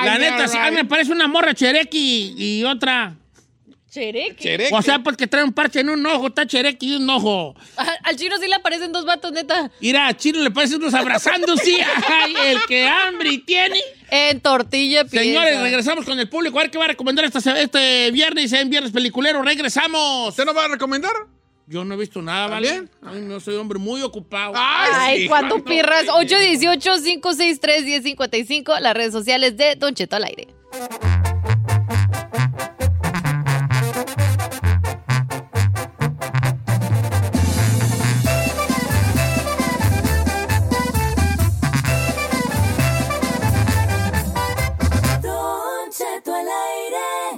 S7: La neta,
S10: Ah,
S7: sí, a mí me parece una morra chereque y, y otra.
S3: Chereque.
S7: O sea, pues, porque trae un parche en un ojo, está chereque y un ojo.
S3: Al- Al chino sí le aparecen dos vatos, neta.
S7: Mira, a Chino le parece unos abrazándose. Ay, el que hambre tiene.
S3: En tortilla pieza.
S7: Señores, regresamos con el público. A ver qué va a recomendar esta se- este viernes en Viernes Peliculero. ¡Regresamos! ¿Usted
S4: nos va a recomendar?
S7: Yo no he visto nada, ¿vale? Ay, no soy hombre muy ocupado.
S3: Ay, cuánto pirras. 818-563-1055, las redes sociales de Don Cheto al aire.
S8: Don Cheto al aire.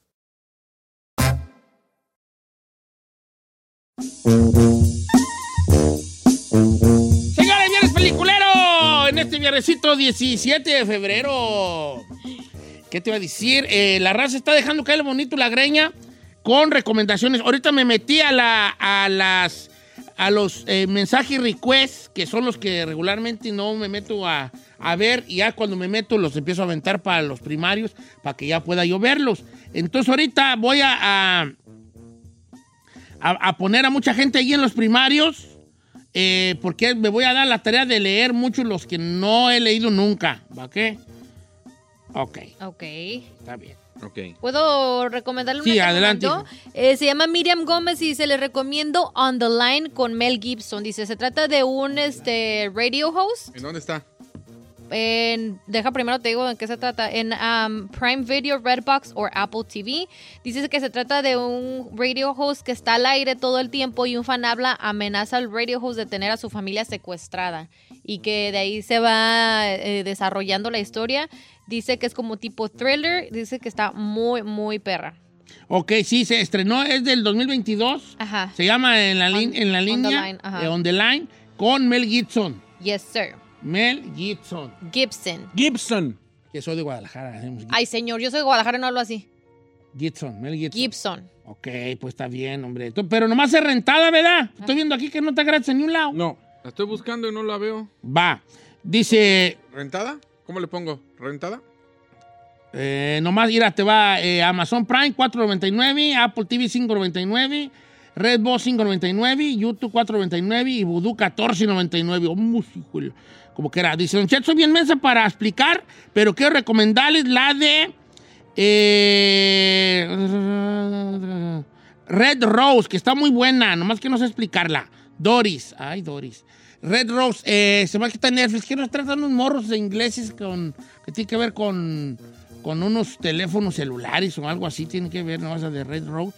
S7: Señores, Viernes Peliculero. En este viernesito 17 de febrero. ¿Qué te iba a decir? Eh, la raza está dejando caer el bonito la greña con recomendaciones. Ahorita me metí a, la, a las a los eh, mensajes requests, que son los que regularmente no me meto a, a ver, y ya cuando me meto los empiezo a aventar para los primarios, para que ya pueda yo verlos. Entonces ahorita voy a, a, a- a poner a mucha gente ahí en los primarios, eh, porque me voy a dar la tarea de leer muchos los que no he leído nunca, ¿va qué? Ok,
S3: Ok.
S7: está bien.
S4: Ok.
S3: ¿Puedo recomendarle una
S7: Sí,
S3: que
S7: adelante.
S3: recomendó? Eh, se llama Miriam Gómez y se le recomiendo On the Line con Mel Gibson. Dice, se trata de un este, radio host.
S4: ¿En dónde está?
S3: En- deja primero te digo en qué se trata. En um, Prime Video, Redbox o Apple TV. Dice que se trata de un radio host que está al aire todo el tiempo y un fan habla amenaza al radio host de tener a su familia secuestrada. Y que de ahí se va eh, desarrollando la historia. Dice que es como tipo thriller. Dice que está muy, muy perra.
S7: Ok, sí, se estrenó, es del 2022.
S3: Ajá.
S7: Se llama En la, lin- en la
S3: the
S7: línea,
S3: Line, ajá.
S7: eh, On the Line, con Mel Gibson.
S3: Yes, sir.
S7: Mel Gibson.
S3: Gibson.
S10: Gibson.
S7: Que soy de Guadalajara. hacemos Gib-
S3: Ay, señor, yo soy de Guadalajara y no hablo así.
S7: Gibson, Mel Gibson.
S3: Gibson.
S7: Ok, pues está bien, hombre. Tú- Pero nomás es rentada, ¿verdad? Estoy viendo aquí que no está gratis en ningún lado.
S10: No.
S4: La estoy buscando y no la veo.
S7: Va. Dice,
S4: ¿Rentada? ¿Cómo le pongo? ¿Rentada?
S7: eh, nomás, mira, te va eh, Amazon Prime 4.99, Apple TV 5.99, Redbox 5.99, YouTube 4.99 y Voodoo 14.99. Oh, músico. Como que era. Dice, Don Cheto, soy bien mensa para explicar, pero quiero recomendarles la de... eh, Red Rose, que está muy buena, nomás que no sé explicarla. Doris, ay, Doris. Red Rose, eh, se va a quitar Netflix, que nos tratan unos morros de ingleses con, que tiene que ver con, con unos teléfonos celulares o algo así, tiene que ver, ¿no? Esa de Red Rose.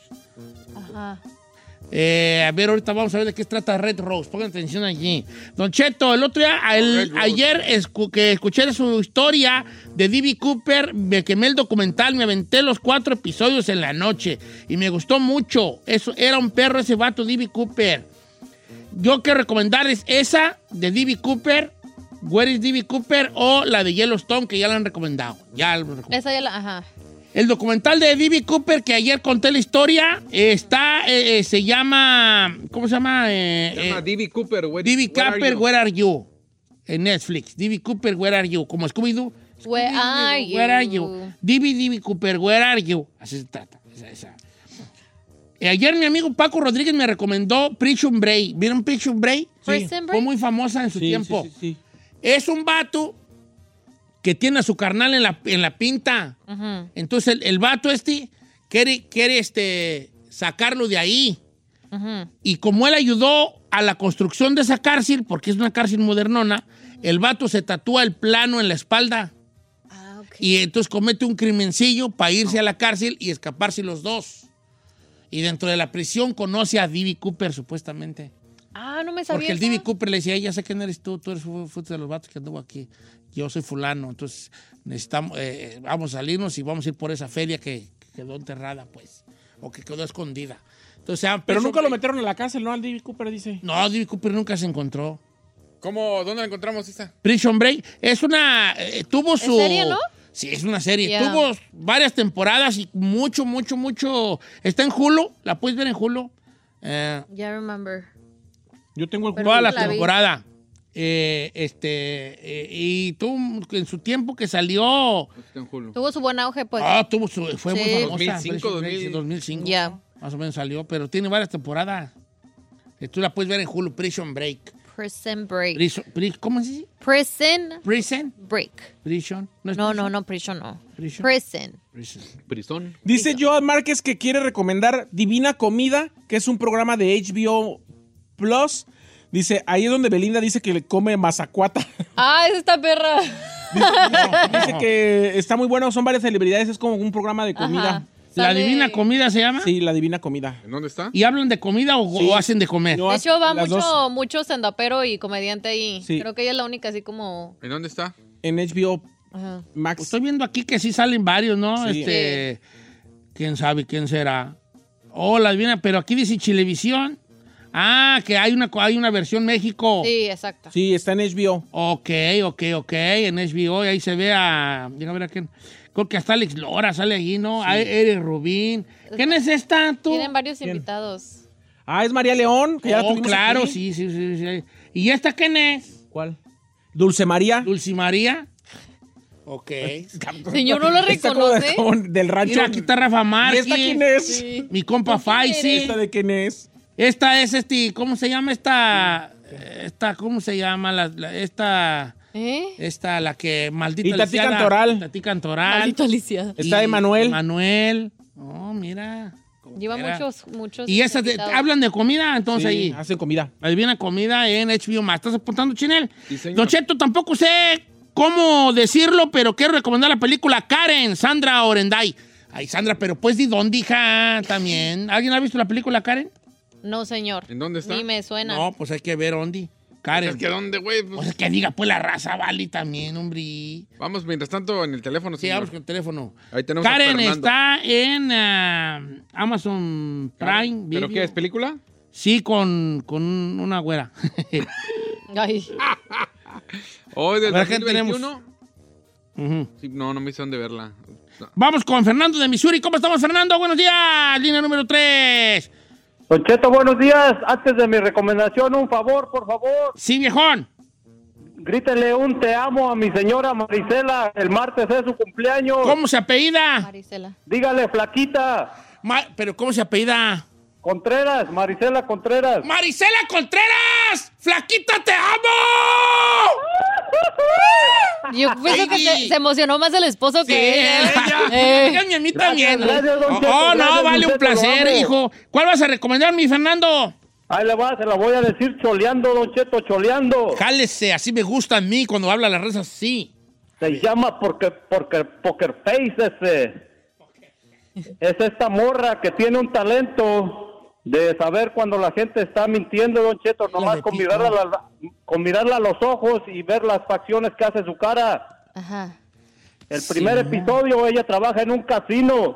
S3: Ajá.
S7: Eh, a ver, ahorita vamos a ver de qué trata Red Rose. Pongan atención allí. Don Cheto, el otro día, el- ayer escu- que escuché su historia de D.B. Cooper, me quemé el documental, me aventé los cuatro episodios en la noche y me gustó mucho. Eso, era un perro ese vato D.B. Cooper. Yo quiero recomendarles esa de D.B. Cooper, Where is D.B. Cooper o la de Yellowstone que ya la han recomendado. Ya lo recomendé.
S3: Esa ya la. Ajá.
S7: El documental de D.B. Cooper, que ayer conté la historia, eh, está, eh, eh, se llama, ¿cómo se llama? Eh,
S4: Se llama D.B. Ah, Cooper. where-
S7: D.B.
S4: where are
S7: Cooper,
S4: you?
S7: Where Are You? En Netflix. D.B. Cooper, Where Are You? Como Scooby-Doo.
S3: Where are you?
S7: Where Are You? D.B. D.B. Cooper, Where Are You? Así se trata. esa- esa. Eh, ayer mi amigo Paco Rodríguez me recomendó Prison Break. ¿Vieron Prison Break?
S3: Prison
S7: Fue muy famosa en su
S10: Sí,
S7: tiempo.
S10: sí, sí, sí.
S7: Es un vato que tiene a su carnal en la, en la pinta.
S3: Ujú.
S7: Entonces el, el vato este quiere, quiere este, sacarlo de ahí.
S3: Ujú.
S7: Y como él ayudó a la construcción de esa cárcel, porque es una cárcel modernona, el vato se tatúa el plano en la espalda. y entonces comete un crimencillo para irse a la cárcel y escaparse los dos. Y dentro de la prisión conoce a Divi Cooper, supuestamente.
S3: Ah, no me sabía.
S7: Porque el
S3: eso.
S7: Divi Cooper le decía, "Ey, ya sé quién eres tú, tú eres fu- fuiste de los vatos que anduvo aquí. Yo soy fulano, entonces necesitamos, eh, vamos a salirnos y vamos a ir por esa feria que, que quedó enterrada, pues, o que quedó escondida. Entonces, ah,
S10: Pero nunca lo metieron en la cárcel, ¿no? Al D.B. Cooper dice.
S7: No, Divi Cooper nunca se encontró.
S4: ¿Cómo? ¿Dónde la encontramos esta?
S7: Prison Break es una. eh, tuvo su.
S4: serie, no?
S7: Sí, es una serie.
S4: Ya.
S7: Tuvo varias temporadas y mucho, mucho, mucho. Está en Hulu. La puedes ver en Hulu. Eh,
S3: Ya remember.
S10: Yo tengo el
S3: Pero
S7: Toda
S3: nunca
S7: la,
S3: la vi.
S7: temporada. Eh, este. eh, y tuvo un- en su tiempo que salió.
S3: Tuvo su buen auge, pues.
S7: Ah, tuvo su. Fue muy
S3: Sí.
S7: famosa.
S4: 2005,
S7: Prison Break,
S4: 2000.
S7: 2005.
S3: Ya.
S7: Más o menos salió, pero tiene varias temporadas. Eh, Tú la puedes ver en Hulu, Prison Break.
S3: Prison Break.
S7: Prison- pri- ¿Cómo se dice?
S3: Prison.
S7: Prison.
S3: Break.
S7: Prison.
S3: No, no, no, prison no. Prison.
S4: Prison.
S10: Dice Joan Márquez que quiere recomendar Divina Comida, que es un programa de HBO Plus. Dice, ahí es donde Belinda dice que le come mazacuata.
S3: Ah, es esta perra.
S10: dice que está muy bueno, son varias celebridades, es como un programa de comida.
S3: Ajá. ¿La Sale- Divina
S7: Comida se llama?
S10: Sí, La Divina Comida.
S4: ¿En dónde está?
S7: ¿Y hablan de comida o, o hacen de comer?
S3: De hecho, va mucho, mucho sendapero y comediante ahí.
S7: Sí.
S3: Creo que ella es la única así como.
S4: ¿En dónde está?
S10: En HBO
S3: Ajá.
S10: Max.
S7: Estoy viendo aquí que sí salen varios, ¿no?
S10: Sí.
S7: Este, quién sabe quién será. Hola, divina, pero aquí dice Chilevisión. Ah, que hay una, hay una versión México.
S3: Sí, exacto.
S10: Sí, está en HBO.
S7: Ok, ok, ok, en HBO, y ahí se ve a, déjame ver a quién. Creo que hasta Alex Lora sale allí, ¿no? A Eric Rubín. ¿Quién es esta, tú?
S3: Tienen varios
S7: ¿Quién?
S3: invitados.
S10: Ah, es María León, que ya la
S7: oh,
S10: tuvimos
S7: claro,
S10: aquí.
S7: sí, sí, sí, sí. ¿Y esta quién es?
S10: ¿Cuál? Dulce María.
S7: Dulce María. Ok.
S3: Señor, ¿no la
S10: Está como de-
S3: reconoce?
S10: como del rancho.
S7: Mira, aquí está Rafa Márquez.
S10: ¿Y esta quién es?
S7: Mi compa Faisy.
S10: ¿Esta de quién es?
S7: Esta es este, ¿cómo se llama esta? Esta, ¿cómo se llama? La, la- esta,
S3: ¿Eh?
S7: esta, la que maldita.
S10: Y Tati
S7: lisiada.
S10: Cantoral.
S7: Tati Cantoral.
S3: Maldita lisiada.
S10: Está
S7: Y
S10: Emanuel.
S7: Emanuel. Oh, mira.
S3: Lleva
S7: Era-
S3: muchos, muchos.
S7: Y esas de-
S3: invitados.
S7: hablan de comida, entonces
S10: Sí,
S7: ahí.
S10: hacen comida.
S7: Adivina comida en HBO Max. ¿Estás apuntando, Chinel?
S4: señor.
S7: Don Cheto, tampoco sé cómo decirlo, pero quiero recomendar la película Karen, Sandra Orenday. Ay, Sandra, pero pues di dónde, hija, también. ¿Alguien ha visto la película Karen?
S3: No, señor.
S7: ¿En dónde está?
S3: Ni me suena.
S7: No, pues hay que ver Ondi. Karen.
S4: Es que dónde, güey.
S7: Pues es que diga, pues la raza vale también, hombre.
S4: Vamos, mientras tanto, en el teléfono.
S7: Sí, vamos con el teléfono.
S4: Ahí tenemos a
S7: Karen
S4: Fernando.
S7: está en ah, Amazon Prime.
S4: ¿Pero
S7: Video.
S4: qué es, película?
S7: Sí, con, con una güera.
S3: Ay.
S4: Hoy del
S7: A ver, ¿qué tenemos?
S4: 2021.
S7: Ujú.
S4: Sí, no, no me hicieron de verla.
S7: Vamos con Fernando de Missouri. ¿Cómo estamos, Fernando? Buenos días. Línea número 3.
S11: Don Cheto, buenos días. Antes de mi recomendación, un favor, por favor.
S7: Sí, viejón.
S11: Grítele un te amo a mi señora Marisela. El martes es su cumpleaños.
S7: ¿Cómo se apellida?
S3: Marisela.
S11: Dígale, flaquita.
S7: ¿Pero cómo se apellida?
S11: Contreras, Marisela Contreras.
S7: Marisela Contreras. Flaquita, te amo.
S3: Yo pienso que se, se emocionó más el esposo
S7: Sí,
S3: que ella.
S7: ella.
S3: Eh.
S7: Ella ni a mí
S3: Gracias,
S7: también.
S3: gracias, don
S7: oh, no,
S3: Cheto, gracias, don
S7: vale un
S3: Cheto,
S7: placer,
S3: lo amo.
S7: hijo. ¿Cuál vas a recomendar, mi Fernando?
S11: Ahí le va, se la voy a decir choleando, Don Cheto, choleando.
S7: Jálese, así me gusta a mí cuando habla la raza así.
S11: Se llama porque, porque, Poker Face ese. Es esta morra que tiene un talento de saber cuando la gente está mintiendo, Don Cheto, nomás con mirarla, a la- con mirarla a los ojos y ver las facciones que hace su cara.
S3: Ajá.
S11: El primer episodio ella trabaja en un casino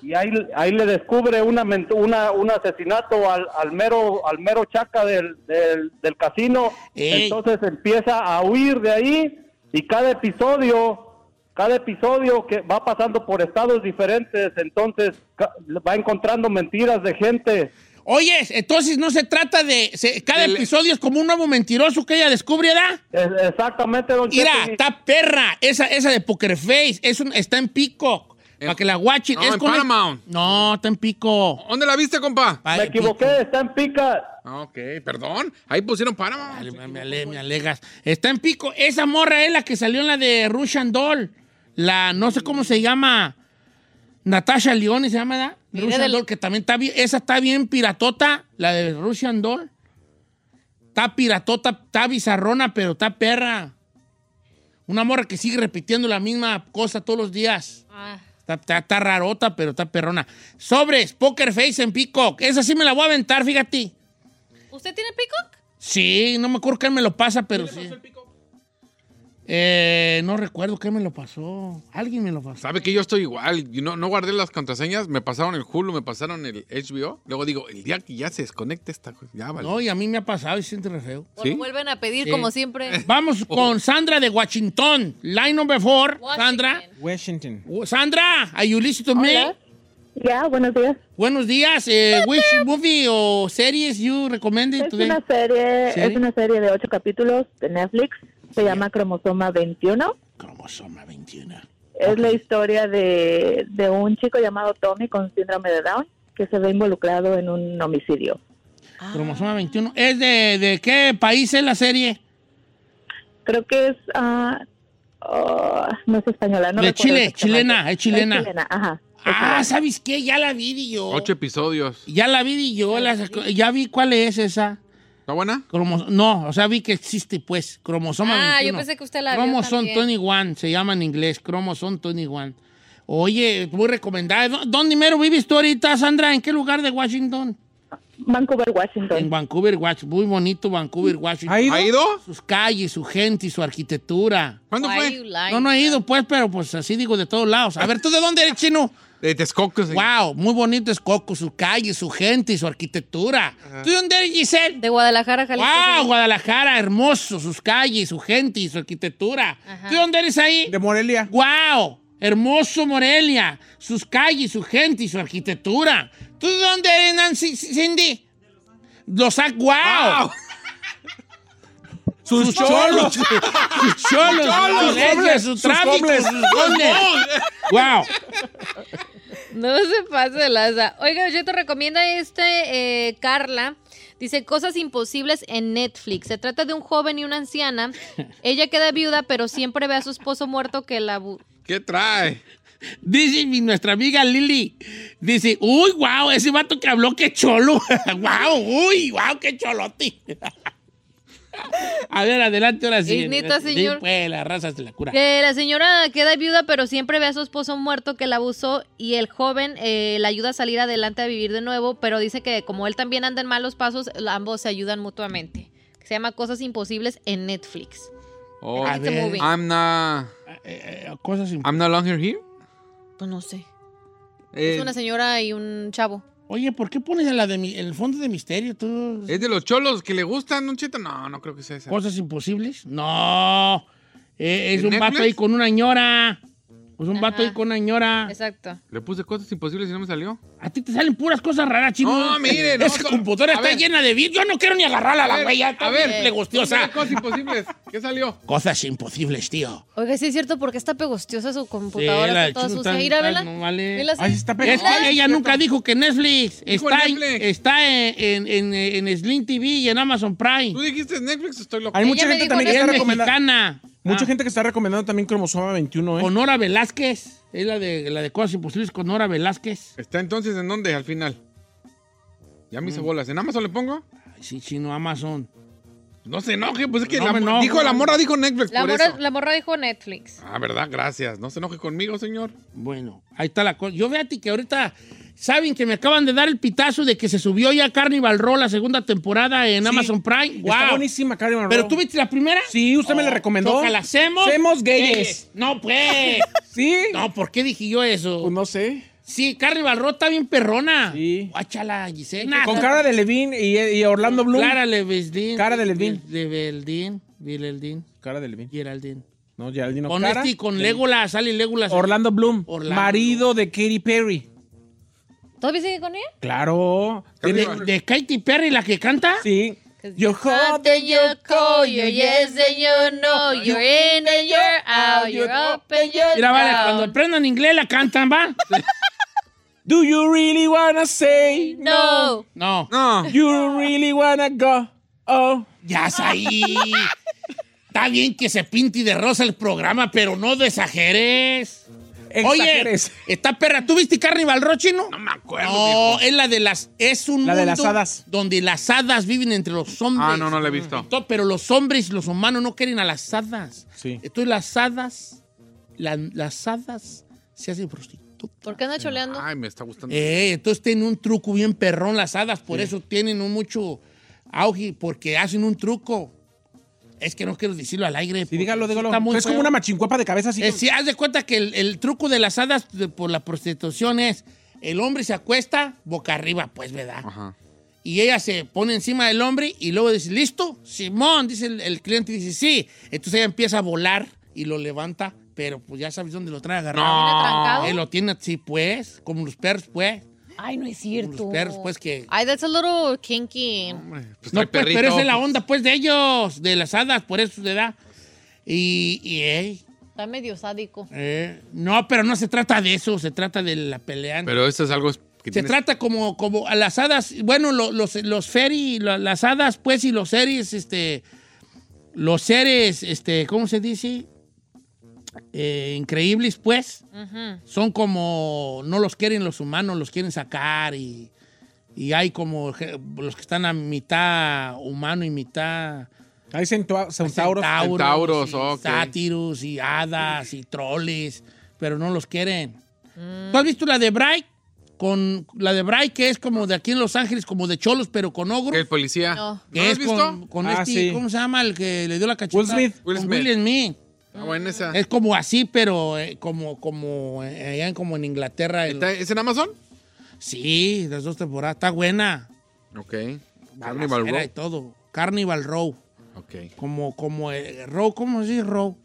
S11: y ahí, ahí le descubre una, ment- una un asesinato al, al mero al mero chaca del, del, del casino.
S7: Ey.
S11: Entonces empieza a huir de ahí y cada episodio cada episodio que va pasando por estados diferentes, entonces ca- va encontrando mentiras de gente.
S7: Oye, entonces no se trata de. se- cada episodio es como un nuevo mentiroso que ella descubre, ¿verdad?
S11: Exactamente, don
S7: Mira,
S11: Cheto, y-
S7: está perra. Esa, esa de Poker Face. Es un- está en Pico. Para que la watchen.
S4: no,
S7: es
S4: en
S7: con el-
S4: Paramount.
S7: no, está en Pico.
S4: ¿Dónde la viste, compa?
S7: Me equivoqué,
S11: está en Pica.
S4: Ah, ok, perdón. Ahí pusieron Paramount.
S7: Me, ale- me alegas. Está en Pico. Esa morra es la que salió en la de Russian Doll. La, no sé cómo se llama. Natasha Leone se llama, ¿verdad?
S3: Mira
S7: Russian
S3: del-
S7: Doll, que también está bien. Esa está bien piratota, la de Russian Doll. Está piratota, está bizarrona, pero está perra. Una morra que sigue repitiendo la misma cosa todos los días. Está, está- está rarota, pero está perrona. Sobres, Poker Face en Peacock. Esa sí me la voy a aventar, fíjate.
S3: ¿Usted tiene Peacock?
S7: Sí, no me acuerdo quién me lo pasa, pero sí. Eh, no recuerdo quién me lo pasó. Alguien me lo pasó.
S4: ¿Sabe que yo estoy igual? Yo no, no guardé las contraseñas, me pasaron el Hulu, me pasaron el HBO. Luego digo, el día que ya se desconecte esta cosa, ya vale.
S7: No, y a mí me ha pasado y se siente re feo.
S3: O lo vuelven a pedir
S7: Sí.
S3: como siempre.
S7: Vamos con Sandra de Washington. Line number four. Sandra.
S10: Washington.
S7: Sandra, are you listening to me?
S12: Ya, buenos días.
S7: Buenos días. Eh, which movie o series you recommend
S12: Es
S7: today?
S12: una serie,
S7: ¿Serie?
S12: es una serie de ocho capítulos de Netflix. Se llama Cromosoma 21.
S7: Cromosoma 21.
S12: Es la historia de, de un chico llamado Tommy con síndrome de Down que se ve involucrado en un homicidio. Ah.
S7: Cromosoma 21. ¿Es de, de qué país es la serie?
S12: Creo que es, ah, oh, no es española, no
S7: de
S12: recuerdo
S7: Chile,
S12: exactamente.
S7: chilena, es chilena.
S12: Es chilena, ajá.
S7: Ah, ¿sabes qué? Ya la vi y yo.
S4: Ocho episodios.
S7: Ya la vi y yo. la- ya vi cuál es esa.
S4: ¿Está buena?
S7: no, o sea, vi que existe, pues. Cromosoma 21.
S3: Ah, yo pensé que usted la vio
S7: Cromosón
S3: también.
S7: 21, se llama en inglés, Cromosón 21. Oye, muy recomendada. ¿Dó- ¿Dónde mero vives tú ahorita, Sandra? ¿En qué lugar de Washington?
S12: Vancouver, Washington.
S7: En Vancouver, Washington. Muy bonito Vancouver, Washington.
S10: ¿Ha ido? ¿Ha ido?
S7: Sus calles, su gente y su arquitectura.
S4: ¿Cuándo
S3: Why fue? you lying?
S7: Pues No, no he ido, pues, pero pues así digo de todos lados. A ver, ¿tú de dónde eres, chino?
S4: De Texcoco.
S7: Wow, muy bonito Texcoco, su calle, su gente y su arquitectura.
S3: Ajá.
S7: ¿Tú de dónde eres, Giselle?
S3: De Guadalajara, Jalisco.
S7: ¡Wow!
S3: sí.
S7: Guadalajara, hermoso, sus calles, su gente y su arquitectura.
S3: Ajá.
S7: ¿De dónde eres ahí? De
S10: Morelia.
S7: ¡Wow! Hermoso Morelia, sus calles, su gente y su arquitectura. ¿Tú de dónde eres, Nancy Cindy? Los Ángeles. ¡Wow!
S10: Sus cholos.
S7: sus cholos,
S10: Cholos,
S7: sus iglesias, su
S10: sus
S7: tráfico,
S10: hombres.
S7: sus goles. ¡Wow!
S3: No se pase de lanza. Oiga, yo te recomiendo este, eh, Carla. Dice Cosas Imposibles en Netflix. Se trata de un joven y una anciana. Ella queda viuda, pero siempre ve a su esposo muerto que la... bu-
S4: ¿Qué trae?
S7: Dice mi- nuestra amiga Lili, dice, uy, wow, ese vato que habló, qué cholo. wow, uy, wow, qué cholote. A ver, adelante ahora sí.
S3: Es neta,
S7: Sí,
S3: señor.
S7: pues, la raza se la cura.
S3: Que la señora queda viuda, pero siempre ve a su esposo muerto que la abusó y el joven eh, la ayuda a salir adelante a vivir de nuevo, pero dice que como él también anda en malos pasos, ambos se ayudan mutuamente. Se llama Cosas Imposibles en Netflix.
S4: Oh,
S3: A ver. movie.
S4: I'm not...
S7: Eh, cosas
S4: I'm no longer here.
S3: Pues no sé.
S4: Eh,
S3: Es una señora y un chavo.
S7: Oye, ¿por qué pones la de mi- el fondo de misterio tú?
S4: ¿Es de los cholos que le gustan, un Cheto? No, no creo que sea esa.
S7: ¿Cosas imposibles? No. Eh, es
S4: ¿En
S7: un vato
S4: Netflix?
S7: ahí con una ñora. Es un vato
S3: Ajá.
S7: ahí con una ñora.
S3: Exacto.
S4: Le puse cosas imposibles y no me salió.
S7: A ti te salen puras cosas raras, chino.
S4: No, mire, no,
S7: Esa
S4: so-
S7: computadora
S4: a
S7: está
S4: ver.
S7: llena de virus. Yo no quiero ni agarrarla a
S4: A
S7: la
S4: ver,
S7: huella.
S4: a ver.
S7: le gustiosa.
S4: Cosas imposibles. ¿Qué salió?
S7: Cosas imposibles, tío.
S3: Oiga, sí es cierto, porque está pegostiosa su
S7: Sí,
S3: computadora,
S7: la del
S3: está toda
S7: chino
S3: sucia.
S7: está-
S3: Mira,
S7: está-
S3: vela.
S7: no vale.
S3: Vela, sí.
S7: Es que ella nunca dijo que Netflix
S4: Dijo
S7: está,
S4: en Netflix.
S7: está en, en, en- en Sling TV y en Amazon Prime.
S4: ¿Tú dijiste Netflix o estoy loco?
S10: Hay mucha gente también que está
S7: es
S10: recomendando.
S7: mexicana.
S10: Mucha
S7: Ah.
S10: gente que está recomendando también Cromosoma 21, ¿eh?
S7: Honora Velázquez. Es la de, la de Cosas Imposibles con Honora Velázquez.
S4: ¿Está entonces en dónde al final? Ya me hice
S7: Mm.
S4: bolas. ¿En Amazon le pongo?
S7: Ay, sí, chino, Amazon.
S4: No se enoje, pues es que
S7: No
S4: la,
S7: me
S4: mo-
S7: enojo.
S4: dijo la morra, dijo Netflix
S3: La
S4: por
S3: morra,
S4: eso.
S3: la morra dijo Netflix.
S4: Ah, ¿verdad? Gracias. No se enoje conmigo, señor.
S7: Bueno, ahí está la cosa. Yo veo a ti que ahorita saben que me acaban de dar el pitazo de que se subió ya Carnival Row la segunda temporada en
S10: Sí.
S7: Amazon Prime.
S10: Está
S7: Wow.
S10: buenísima, Carmen
S7: ¿Pero tú viste la primera? Oh,
S10: Sí, usted me la recomendó.
S7: Chócala, ¿semos?
S10: Semos gayes.
S7: No, pues.
S10: ¿Sí? Pues
S7: No, ¿por qué dije yo eso?
S10: no sé.
S7: Sí, Carnival Row está bien perrona. Sí. Guáchala, Gisela.
S10: Con cara de Levin y, y Orlando Bloom.
S7: Clara Lebeldín.
S10: Cara de Levin.
S7: De Beldín. Bileldín.
S10: Cara de Levin.
S7: Geraldine.
S10: No, ya el
S7: Con este y con Legolas, sale Legolas.
S10: Orlando Bloom,
S7: Orlando
S10: marido de Katy Perry.
S3: ¿Todavía sigue con ella?
S10: Claro.
S7: ¿De, de Katy Perry la que canta?
S10: Sí. Yo
S3: Up and you call, you yes and you no, you're in and you're out, you're up and you're
S7: Mira, vale,
S3: down.
S7: cuando aprendan inglés la cantan, ¿va?
S10: Do you really wanna say
S3: No.
S7: No.
S4: No.
S10: You really wanna go. Oh.
S7: Ya es ahí. Está bien que se pinti de rosa el programa, pero no desajeres. Oye, está perra. ¿Tú viste Carnival Row, chino? No me acuerdo. No,
S4: viejo.
S7: es la de las. Es un.
S4: La de
S7: mundo
S4: las hadas.
S7: Donde las hadas viven entre los hombres.
S4: Ah, no, no la he visto.
S7: To- Pero los hombres, los humanos, no quieren a las hadas.
S4: Sí.
S7: Entonces las hadas. la- las hadas se hacen prostitutas.
S3: ¿Por qué anda choleando?
S4: Ay, me está gustando.
S7: Eh, entonces tienen un truco bien perrón las hadas, por eso tienen un mucho auge, porque hacen un truco. Es que no quiero decirlo al aire. porque
S10: dígalo, dígalo.
S7: está muy
S10: Es como
S7: feo.
S10: una machincuapa de cabeza así.
S7: Eh, sí, haz de cuenta que el, el truco de las hadas de- por la prostitución es el hombre se acuesta boca arriba, pues, ¿verdad? Y ella se pone encima del hombre y luego dice, ¿listo? Simón, dice el, el cliente, dice, sí. Entonces ella empieza a volar y lo levanta, pero pues ya sabes dónde lo trae agarrado.
S3: No. ¿Lo tiene trancado?
S7: Eh, lo tiene así, pues, como los perros, pues.
S3: Ay, no es cierto.
S7: Los perros, pues, que...
S3: Ay, that's a little kinky.
S7: no, pues,
S4: perrito.
S7: pero esa es la onda, pues, de ellos, de las hadas, por eso se da. Y, y ey,
S3: Está medio sádico.
S7: eh, no, pero no se trata de eso, se trata de la pelea.
S4: Pero eso es algo que
S7: Se
S4: tienes-
S7: trata como, como a las hadas, bueno, lo- los, los fairy, lo- las hadas, pues, y los seres, este, los seres, este, ¿cómo se dice? Eh, increíbles, pues,
S3: Ujú.
S7: son como, no los quieren los humanos, los quieren sacar y, y hay como je- los que están a mitad humano y mitad...
S10: Hay centua- centauros.
S7: y sátiros y hadas y troles, pero no los quieren. ¿Tú has visto la de Bright? Con la de Bright, que es como de aquí en Los Ángeles, como de cholos, pero con ogros.
S4: ¿Qué, policía? No.
S7: Que
S4: ¿No lo
S7: es
S4: has visto?
S7: Con, con
S4: Ah,
S7: este,
S4: sí.
S7: ¿cómo se llama? El que le dio la cachetada.
S4: Will Smith.
S7: Con Will
S4: Will
S7: Smith.
S4: Smith. Ah, bueno, esa.
S7: Es como así, pero eh, como, como, eh, allá en- como en Inglaterra.
S4: ¿Es en Amazon?
S7: Sí, las dos temporadas. Está buena.
S4: Ok.
S7: Carnival Row. y todo. Carnival Row.
S4: Ok.
S7: Como, como, eh, Row, ¿cómo se dice Row?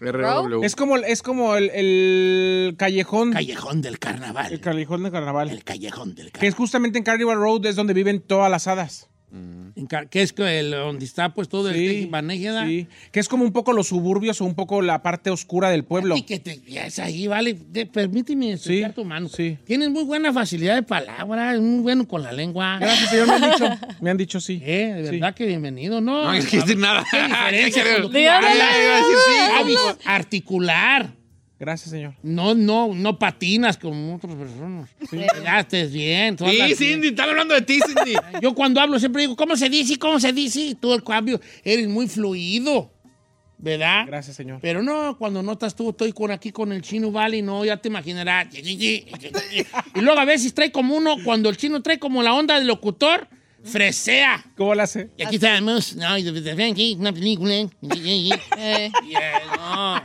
S4: RW.
S10: Es como, el- es como el, el callejón.
S7: Callejón del carnaval.
S10: El callejón del carnaval. El
S7: callejón del carnaval.
S10: Que es justamente en Carnival Road es donde viven todas las hadas.
S7: En Car- Que es que el- donde está pues todo el tejimaneje, ¿da?
S10: Sí. Que es como un poco los suburbios o un poco la parte oscura del pueblo.
S7: Y que te ya es ahí, vale. Te- permíteme ensuciar tu mano. Tienes muy buena facilidad de palabra, es muy bueno con la lengua.
S10: Gracias, señor, me han dicho. Me han dicho sí.
S7: Eh, de verdad que bienvenido, ¿no?
S10: No, es que decir nada.
S7: Mm. Qué diferencia
S10: Ya
S7: cuando tú
S10: quiero-
S7: hablas.
S10: Ya iba a decir sí,
S7: Sabes
S10: habla.
S7: Articular.
S10: Gracias, señor.
S7: No, no, no patinas como otras personas. Ya estés bien. tú
S4: Sí,
S7: hablas
S4: Cindy,
S7: bien.
S4: están hablando de ti, Cindy.
S7: Yo cuando hablo siempre digo, ¿cómo se dice? ¿Cómo se dice? Tú, el cambio, eres muy fluido, ¿verdad?
S10: Gracias, señor.
S7: Pero no, cuando no estás tú, estoy con aquí con el chino, vale, no, ya te imaginarás. Y luego a veces trae como uno, cuando el chino trae como la onda del locutor, fresea.
S10: ¿Cómo la hace?
S7: Y aquí estamos, no, y de- de- de- aquí, una película. y- y- y-
S3: Eh,
S7: No,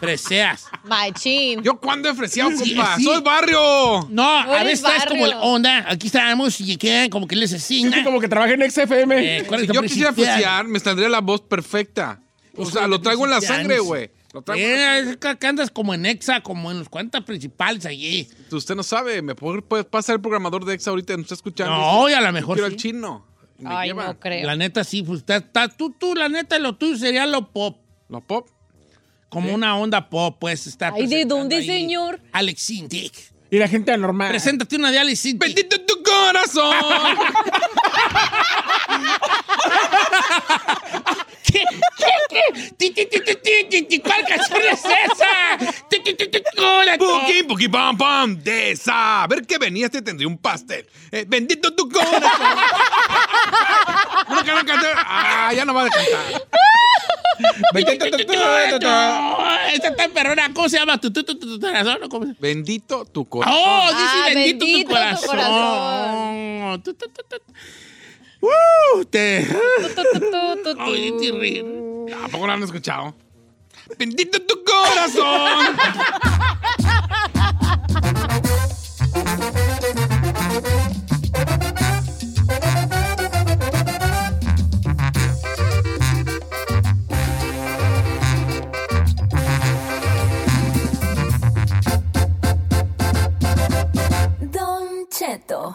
S7: freseas.
S3: machín.
S4: ¿Yo cuándo he freseado,
S7: Sí,
S4: compa?
S7: sí.
S4: ¡Soy barrio!
S7: No, a
S3: eres
S7: veces traes como la
S3: barrio.
S7: onda, aquí estamos y queda como que les Eh, asesina.
S10: como que trabaja en XFM.
S4: Si yo quisiera fresear, me saldría la voz perfecta.
S7: Pues
S4: O sea, lo traigo en la sangre, güey. Lo traigo en la
S7: Eh, es que acá andas como en Exa, como en los 40 principales allí.
S4: Usted no sabe, me puede, puede pasar el programador de Exa ahorita, nos está escuchando.
S7: No,
S4: Dice,
S7: y a lo mejor
S4: Quiero
S7: sí.
S4: al chino. Y me
S3: Ay,
S4: lleva.
S3: no creo.
S7: La neta, sí, pues ta- ta- tú, tú, la neta, lo tuyo sería lo pop.
S4: ¿Lo pop?
S7: Como una onda pop, pues estar.
S3: Ay, ¿de
S7: presentando
S3: dónde,
S7: ahí
S3: señor?
S7: Alex Sintek.
S10: Y la gente anormal.
S7: Preséntate una de Alex Sintek.
S4: ¡Bendito tu corazón!
S7: ¿Qué? ¿Qué? ¿Qué? Ti, ti, ti, ti, ti, ti, ti, ¿Cuál canción es esa? Ti, ti, ti, ti, cola-
S4: Puki, puki, pam, pam. De saber que venías te tendría un pastel. Eh, bendito tu corazón. No, que no canté. Ah, ya no va a cantar.
S10: Bendito tu corazón.
S7: Esta tan perrona, ¿cómo se llama? ¿Tu, tu, tu, tu, tu corazón? ¿o cómo se-
S4: Bendito tu corazón.
S7: Oh, dice
S3: Ah,
S7: bendito,
S3: bendito
S7: tu
S3: tu
S7: corazón.
S3: corazón.
S7: Tu, tu, tu, tu, tu. ¡Uh! Te.
S3: Tu, tu, tu, tu, tu.
S7: Oye, te ríes.
S4: ¿A poco lo han escuchado? ¡Bendito tu corazón!
S8: Don Cheto.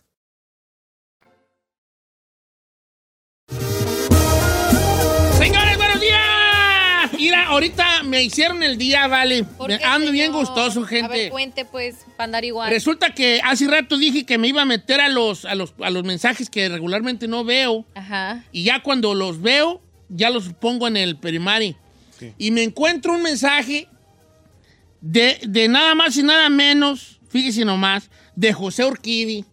S7: Señores, buenos días. Mira, ahorita me hicieron el día, vale.
S3: ¿Por
S7: Me-
S3: qué,
S7: Ando bien
S3: señor?
S7: gustoso, gente.
S3: A ver, cuente, pues, para andar igual.
S7: Resulta que hace rato dije que me iba a meter a los, a los, a los mensajes que regularmente no veo.
S3: Ajá.
S7: Y ya cuando los veo, ya los pongo en el primary. Y me encuentro un mensaje de, de nada más y nada menos, fíjese nomás, de José Urquidi.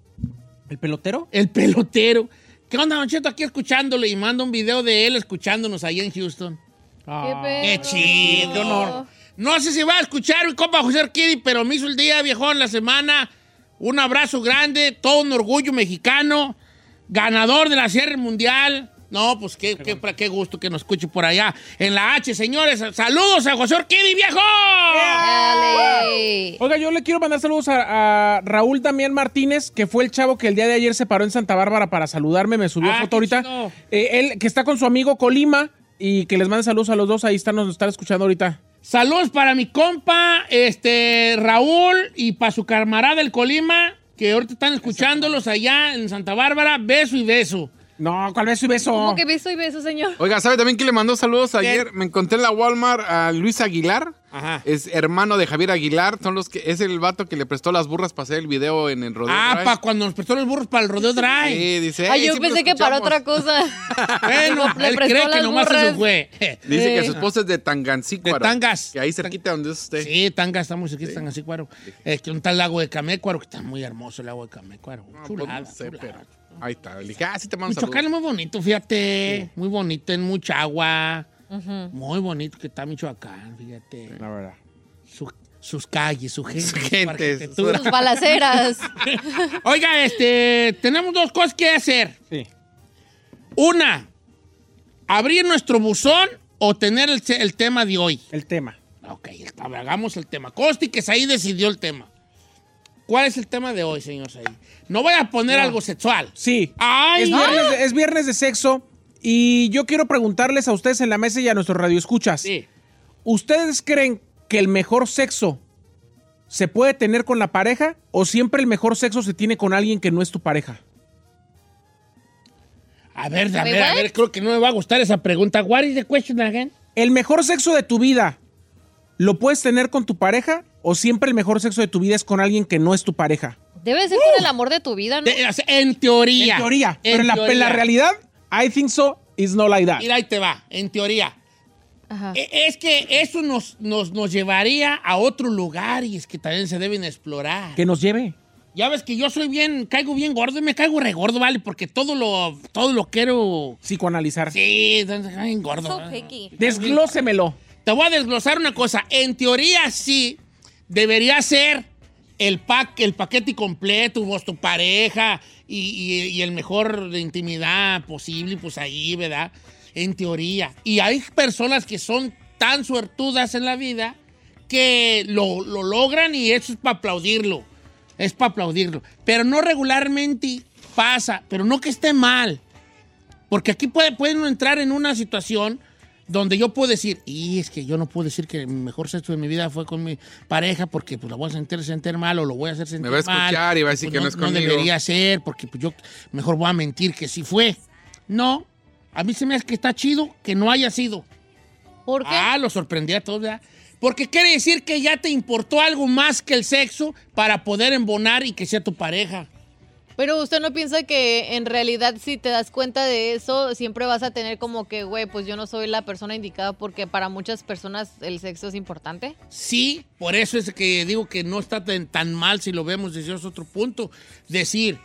S10: ¿El pelotero?
S7: El pelotero. ¿Qué onda, Don Cheto? Aquí escuchándole y manda un video de él escuchándonos allá en Houston. ¡Qué chido! qué honor. No sé si va a escuchar mi compa José Urquidi, pero me hizo el día, viejón, la semana. Un abrazo grande, todo un orgullo mexicano, ganador de la Serie Mundial. No, pues qué, qué, qué gusto que nos escuche por allá en la H, señores. ¡Saludos a José Urquidi, viejo!
S10: Oiga, yo le quiero mandar saludos a, a Raúl Damián Martínez, que fue el chavo que el día de ayer se paró en Santa Bárbara para saludarme, me subió
S7: Ah,
S10: foto ahorita. Eh, él que está con su amigo Colima y que les mande saludos a los dos, ahí están, nos están escuchando ahorita.
S7: Saludos para mi compa, este, Raúl, y para su camarada del Colima, que ahorita están escuchándolos allá en Santa Bárbara. Beso y beso.
S10: No, ¿cuál beso y beso?
S3: ¿Cómo que beso y beso, señor?
S4: Oiga, ¿sabe también que le mandó saludos ayer? Me encontré en la Walmart a Luis Aguilar. Es hermano de Javier Aguilar. Son los que, es el vato que le prestó las burras para hacer el video en el rodeo.
S7: Ah,
S4: Drive.
S7: pa' cuando nos prestó los burros para el rodeo drive.
S4: Sí, dice.
S3: Ay,
S4: "Ey,
S3: yo
S4: siempre
S3: pensé
S4: lo
S3: que para
S4: escuchamos".
S3: otra cosa.
S7: Bueno,
S3: Le
S7: él
S3: prestó
S7: cree que
S3: las
S7: nomás
S3: burras.
S7: eso fue.
S4: Dice que
S7: Eh.
S4: su esposa es de Tangancícuaro.
S7: De Tangas.
S4: Que ahí cerquita donde es usted.
S7: Sí, Tangas, está muy cerquita, Tangancícuaro. Es que un tal lago de Camécuaro, que está muy hermoso el lago de Camécuaro.
S4: Ah, pues,
S7: Chulada, chulada.
S4: Ahí está. Le dije, ah, sí te mando
S7: Michoacán es
S4: saludos.
S7: muy bonito, fíjate. Muy bonito, en mucha agua. Muy bonito que está Michoacán, fíjate.
S10: La verdad.
S7: sus calles, su gente. Su
S3: Sus balaceras.
S7: Oiga, este, tenemos dos cosas que hacer.
S10: Sí.
S7: Una, abrir nuestro buzón o tener el, el tema de hoy.
S10: El tema.
S7: Ok, está, hagamos el tema. Costi, que ahí decidió el tema. ¿Cuál es el tema de hoy, señor Saí? No voy a poner algo sexual.
S10: Sí.
S7: Ay,
S10: es,
S7: ah.
S10: viernes de, es viernes de sexo y yo quiero preguntarles a ustedes en la mesa y a nuestros radioescuchas. ¿Ustedes creen que el mejor sexo se puede tener con la pareja o siempre el mejor sexo se tiene con alguien que no es tu pareja?
S7: A ver, a ver, a ver, creo que no me va a gustar esa pregunta. What is the question again?
S10: ¿El mejor sexo de tu vida lo puedes tener con tu pareja o siempre el mejor sexo de tu vida es con alguien que no es tu pareja?
S3: Debe ser
S7: Uh.
S3: con el amor de tu vida, ¿no?
S7: en teoría.
S10: En teoría.
S7: En
S10: pero en la, en la
S7: teoría.
S10: realidad, I think so, is no like that.
S7: Mira, ahí te va, en teoría. E- Es que eso nos, nos, nos llevaría a otro lugar y es que también se deben explorar.
S10: Que nos lleve.
S7: Ya ves que yo soy bien, caigo bien gordo y me caigo regordo, ¿vale? Porque todo lo, todo lo quiero...
S10: Psicoanalizar.
S7: Sí, entonces, ay, gordo. ¿vale?
S10: Desglósemelo.
S7: Te voy a desglosar una cosa. En teoría, sí, debería ser el pack, el paquete completo, vos, tu pareja y, y- y el mejor de intimidad posible, pues ahí, ¿verdad? En teoría. Y hay personas que son tan suertudas en la vida que lo, lo logran y eso es para aplaudirlo. Es para aplaudirlo. Pero no regularmente pasa, pero no que esté mal. Porque aquí puede, puede uno entrar en una situación donde yo puedo decir, y es que yo no puedo decir que mi mejor sexo de mi vida fue con mi pareja porque pues la voy a sentir, sentir mal o lo voy a hacer sentir
S4: Me
S7: mal.
S4: va a escuchar y va a decir
S7: Pues,
S4: que no es
S7: No
S4: conmigo.
S7: debería ser porque pues, yo mejor voy a mentir que sí fue. No, a mí se me hace que está chido que no haya sido.
S3: ¿Por qué?
S7: Ah, lo sorprendí a todos, ¿verdad? Porque quiere decir que ya te importó algo más que el sexo para poder embonar y que sea tu pareja.
S3: Pero usted no piensa que en realidad si te das cuenta de eso, siempre vas a tener como que, güey, pues yo no soy la persona indicada porque para muchas personas el sexo es importante.
S7: Sí, por eso es que digo que no está tan, tan mal si lo vemos desde ese otro punto. Decir,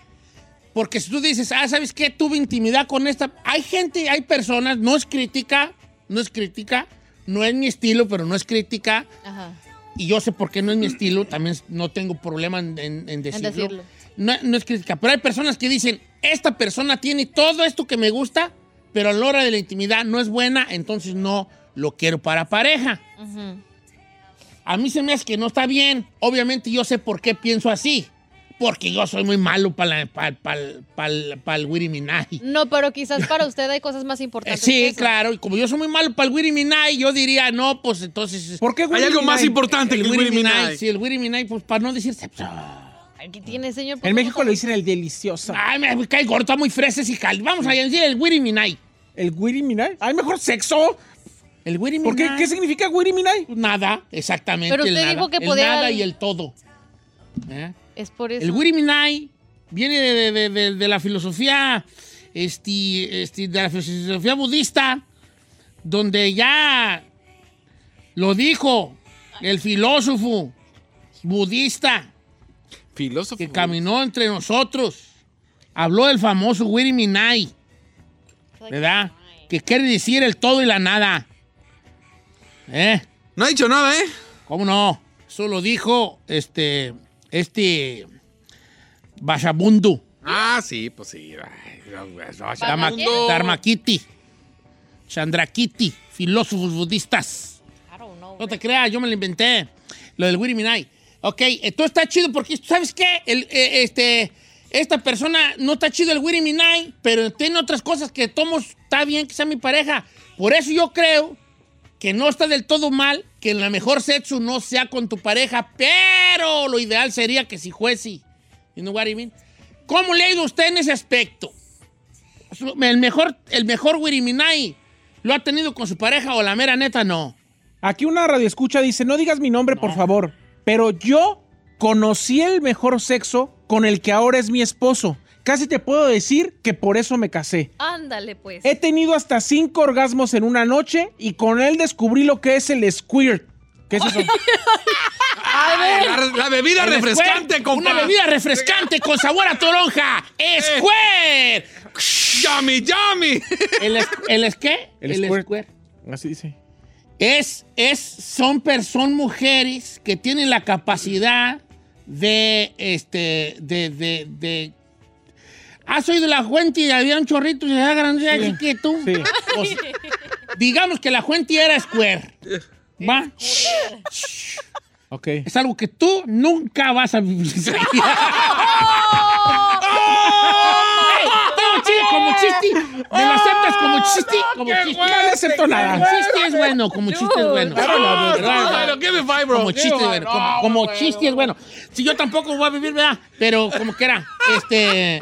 S7: porque si tú dices, ah, ¿sabes qué? Tuve intimidad con esta. Hay gente, hay personas, no es crítica, no es crítica, No es mi estilo, pero no es crítica.
S3: Ajá.
S7: Y yo sé por qué no es mi estilo. También no tengo problema en, en- en decirlo.
S3: decirlo.
S7: No, no es crítica. Pero hay personas que dicen, esta persona tiene todo esto que me gusta, pero a la hora de la intimidad no es buena, entonces no lo quiero para pareja. A mí se me hace que no está bien. Obviamente yo sé por qué pienso así. Porque yo soy muy malo para el Wiriminay.
S3: No, pero quizás para usted hay cosas más importantes. que
S7: Eh, Sí,
S3: eso.
S7: claro. Y como yo soy muy malo para el Wiriminay, yo diría, no, pues entonces...
S10: ¿Por qué
S7: Hay algo más importante
S10: que el Wiriminay?
S7: Sí, el Wiriminay, pues para no decirse... pues,
S3: Aquí tiene, señor.
S10: En México le dicen el delicioso.
S7: Ay, me cae gordo, está muy freses y cal. Vamos allá, decir el Wiriminay.
S10: ¿El Wiriminay? Ay, mejor sexo.
S7: El Wiriminay.
S10: ¿Por qué? ¿Qué significa Wiriminay?
S7: Nada, exactamente.
S3: Pero
S7: el
S3: usted
S7: nada.
S3: dijo que
S7: El
S3: podía-
S7: nada y el todo. ¿Eh?
S3: Es por eso.
S7: El Wiriminay viene de, de- de- de- de la filosofía, este, este, de la filosofía budista, donde ya lo dijo el filósofo budista
S4: Filósofo.
S7: que caminó entre nosotros. Habló del famoso Wiriminay, ¿verdad? Que quiere decir el todo y la nada. ¿Eh?
S4: No ha dicho nada, ¿eh?
S7: ¿Cómo no? Eso lo dijo este, este Bashabundu.
S4: Ah, sí, pues sí. Ay, no, no,
S7: Dharma-
S4: Shamundo.
S7: Ah, Dharmakiti. Chandrakiti. Filósofos budistas. No te creas, yo me lo inventé. Lo del Wiriminai. Ok, esto está chido porque, ¿sabes qué? El, eh, este, esta persona no está chido el Wiriminai, pero tiene otras cosas que tomo, está bien que sea mi pareja. Por eso yo creo que no está del todo mal que en la mejor sexo no sea con tu pareja, pero lo ideal sería que si fuese. You know what I mean? ¿Cómo le ha ido a usted en ese aspecto? Su- El mejor, el mejor Wiriminay lo ha tenido con su pareja o la mera neta no.
S10: Aquí una radioescucha dice, no digas mi nombre, por favor, pero yo conocí el mejor sexo con el que ahora es mi esposo. Casi te puedo decir que por eso me casé.
S3: Ándale, pues.
S10: He tenido hasta cinco orgasmos en una noche y con él descubrí lo que es el squirt. ¿Qué es eso?
S4: La, la bebida
S7: El
S4: refrescante,
S7: squirt,
S4: compa. Eh.
S7: Una bebida refrescante con sabor a toronja. ¡Square!
S4: ¡Yummy, yummy!
S7: ¿El, es- el es qué?
S10: El squirt. Así dice.
S7: Es, es, son personas, mujeres que tienen la capacidad de, este, de, de, de... ¿Has oído la fuente y había un chorrito y era grande, era chiquito? Pues, digamos que la fuente era square. ¿Va?
S10: Ok.
S7: Es algo que tú nunca vas a vivir. ¡Ey! Todo chido como chiste. ¿Me lo aceptas como chiste? Como chiste.
S10: No le acepto nada.
S7: Como chiste es bueno, como chiste es bueno.
S10: Claro, la verdad.
S4: Bueno, give me five, bro.
S7: Como chiste es bueno. Como, como chiste es bueno. Si yo tampoco voy a vivir, ¿verdad? Pero como que era. Este.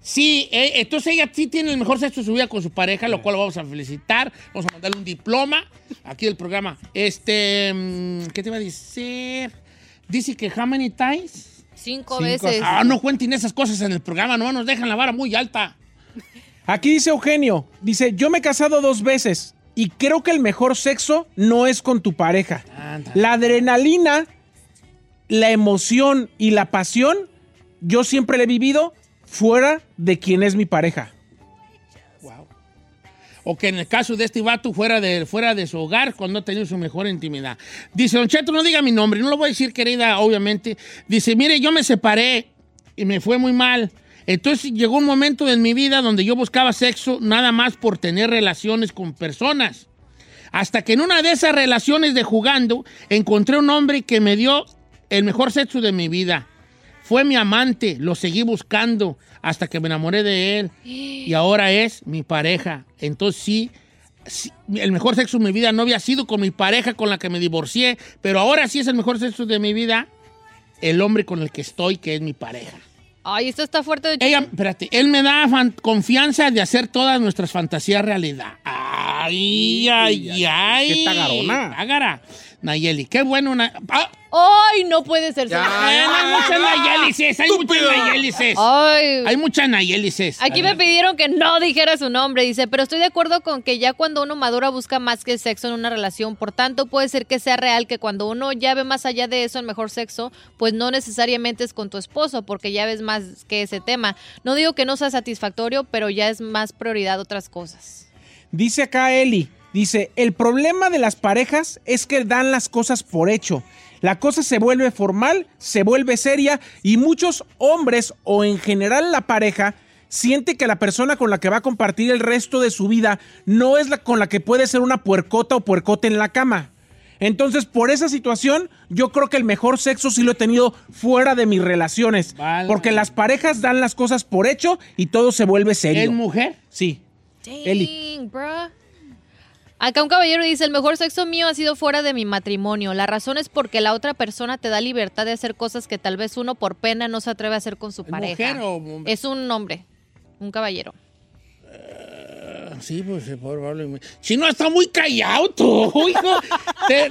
S7: Sí, eh, entonces ella sí tiene el mejor sexo de su vida con su pareja, lo cual lo vamos a felicitar. Vamos a mandarle un diploma aquí del programa. Este, mm, ¿qué te iba a decir? Dice que how many times?
S3: Cinco, veces.
S7: Ah, no cuenten esas cosas en el programa, no nos dejan la vara muy alta.
S10: Aquí dice Eugenio, dice, yo me he casado dos veces y creo que el mejor sexo no es con tu pareja. La adrenalina, la emoción y la pasión, yo siempre la he vivido fuera de quien es mi pareja.
S7: O que en el caso de este vato fuera de, fuera de su hogar cuando ha tenido su mejor intimidad. Dice, Don Cheto, no diga mi nombre, no lo voy a decir, querida, obviamente. Dice, mire, yo me separé y me fue muy mal. Entonces llegó un momento en mi vida donde yo buscaba sexo nada más por tener relaciones con personas. Hasta que en una de esas relaciones de jugando encontré un hombre que me dio el mejor sexo de mi vida. Fue mi amante, lo seguí buscando hasta que me enamoré de él y ahora es mi pareja. Entonces sí, sí, el mejor sexo de mi vida no había sido con mi pareja con la que me divorcié, pero ahora sí es el mejor sexo de mi vida, el hombre con el que estoy, que es mi pareja.
S3: Ay, esto está fuerte de
S7: Ella, espérate, él me da fan- confianza de hacer todas nuestras fantasías realidad. Ah, Ay, ay, ay.
S10: qué tagarona.
S7: Tágara. Nayeli, qué bueno. na- Ah,
S3: Ay, no puede ser. señor.
S7: eh, hay muchas Nayelices, hay muchas Nayelices.
S3: Ay.
S7: Hay muchas Nayelices.
S3: Aquí me pidieron que no dijera su nombre, dice, pero estoy de acuerdo con que ya cuando uno madura busca más que sexo en una relación, por tanto puede ser que sea real que cuando uno ya ve más allá de eso el mejor sexo, pues no necesariamente es con tu esposo, porque ya ves más que ese tema. No digo que no sea satisfactorio, pero ya es más prioridad otras cosas.
S10: Dice acá Eli, Dice, el problema de las parejas es que dan las cosas por hecho. La cosa se vuelve formal, se vuelve seria y muchos hombres o en general la pareja siente que la persona con la que va a compartir el resto de su vida no es la con la que puede ser una puercota o puercote en la cama. Entonces, por esa situación, yo creo que el mejor sexo sí lo he tenido fuera de mis relaciones. Porque las parejas dan las cosas por hecho y todo se vuelve serio.
S7: ¿Es mujer?
S10: Sí. Eli.
S3: Dang, bruh. Acá un caballero dice, el mejor sexo mío ha sido fuera de mi matrimonio. La razón es porque la otra persona te da libertad de hacer cosas que tal vez uno por pena no se atreve a hacer con su pareja.
S7: mujer o hombre?
S3: Es un hombre, un caballero.
S7: Sí, pues eh, probablemente. Chino está muy callado, tú, hijo. Te-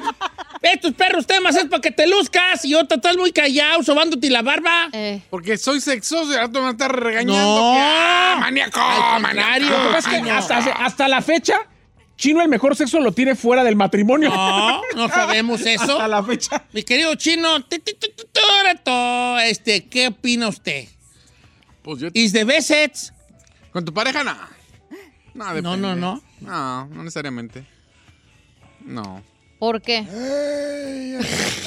S7: estos perros temas es para que te luzcas y otro estás muy callado, sobándote la barba.
S3: Eh.
S4: Porque soy sexoso y ahora tú me estás regañando.
S7: No.
S4: que, ¡ah, maníaco, maníaco!
S10: Lo que pasa es que hasta, hace- hasta la fecha, Chino el mejor sexo lo tiene fuera del matrimonio.
S7: No, no sabemos eso.
S10: Hasta la fecha.
S7: Mi querido chino, ti, ti, tu, tu, tora, to, este, ¿qué opina usted?
S4: Pues yo-
S7: ¿Is the best sex?
S4: ¿Con tu pareja? No. No,
S7: No,
S4: depende.
S7: no, no.
S4: No, no necesariamente. No.
S3: ¿Por qué?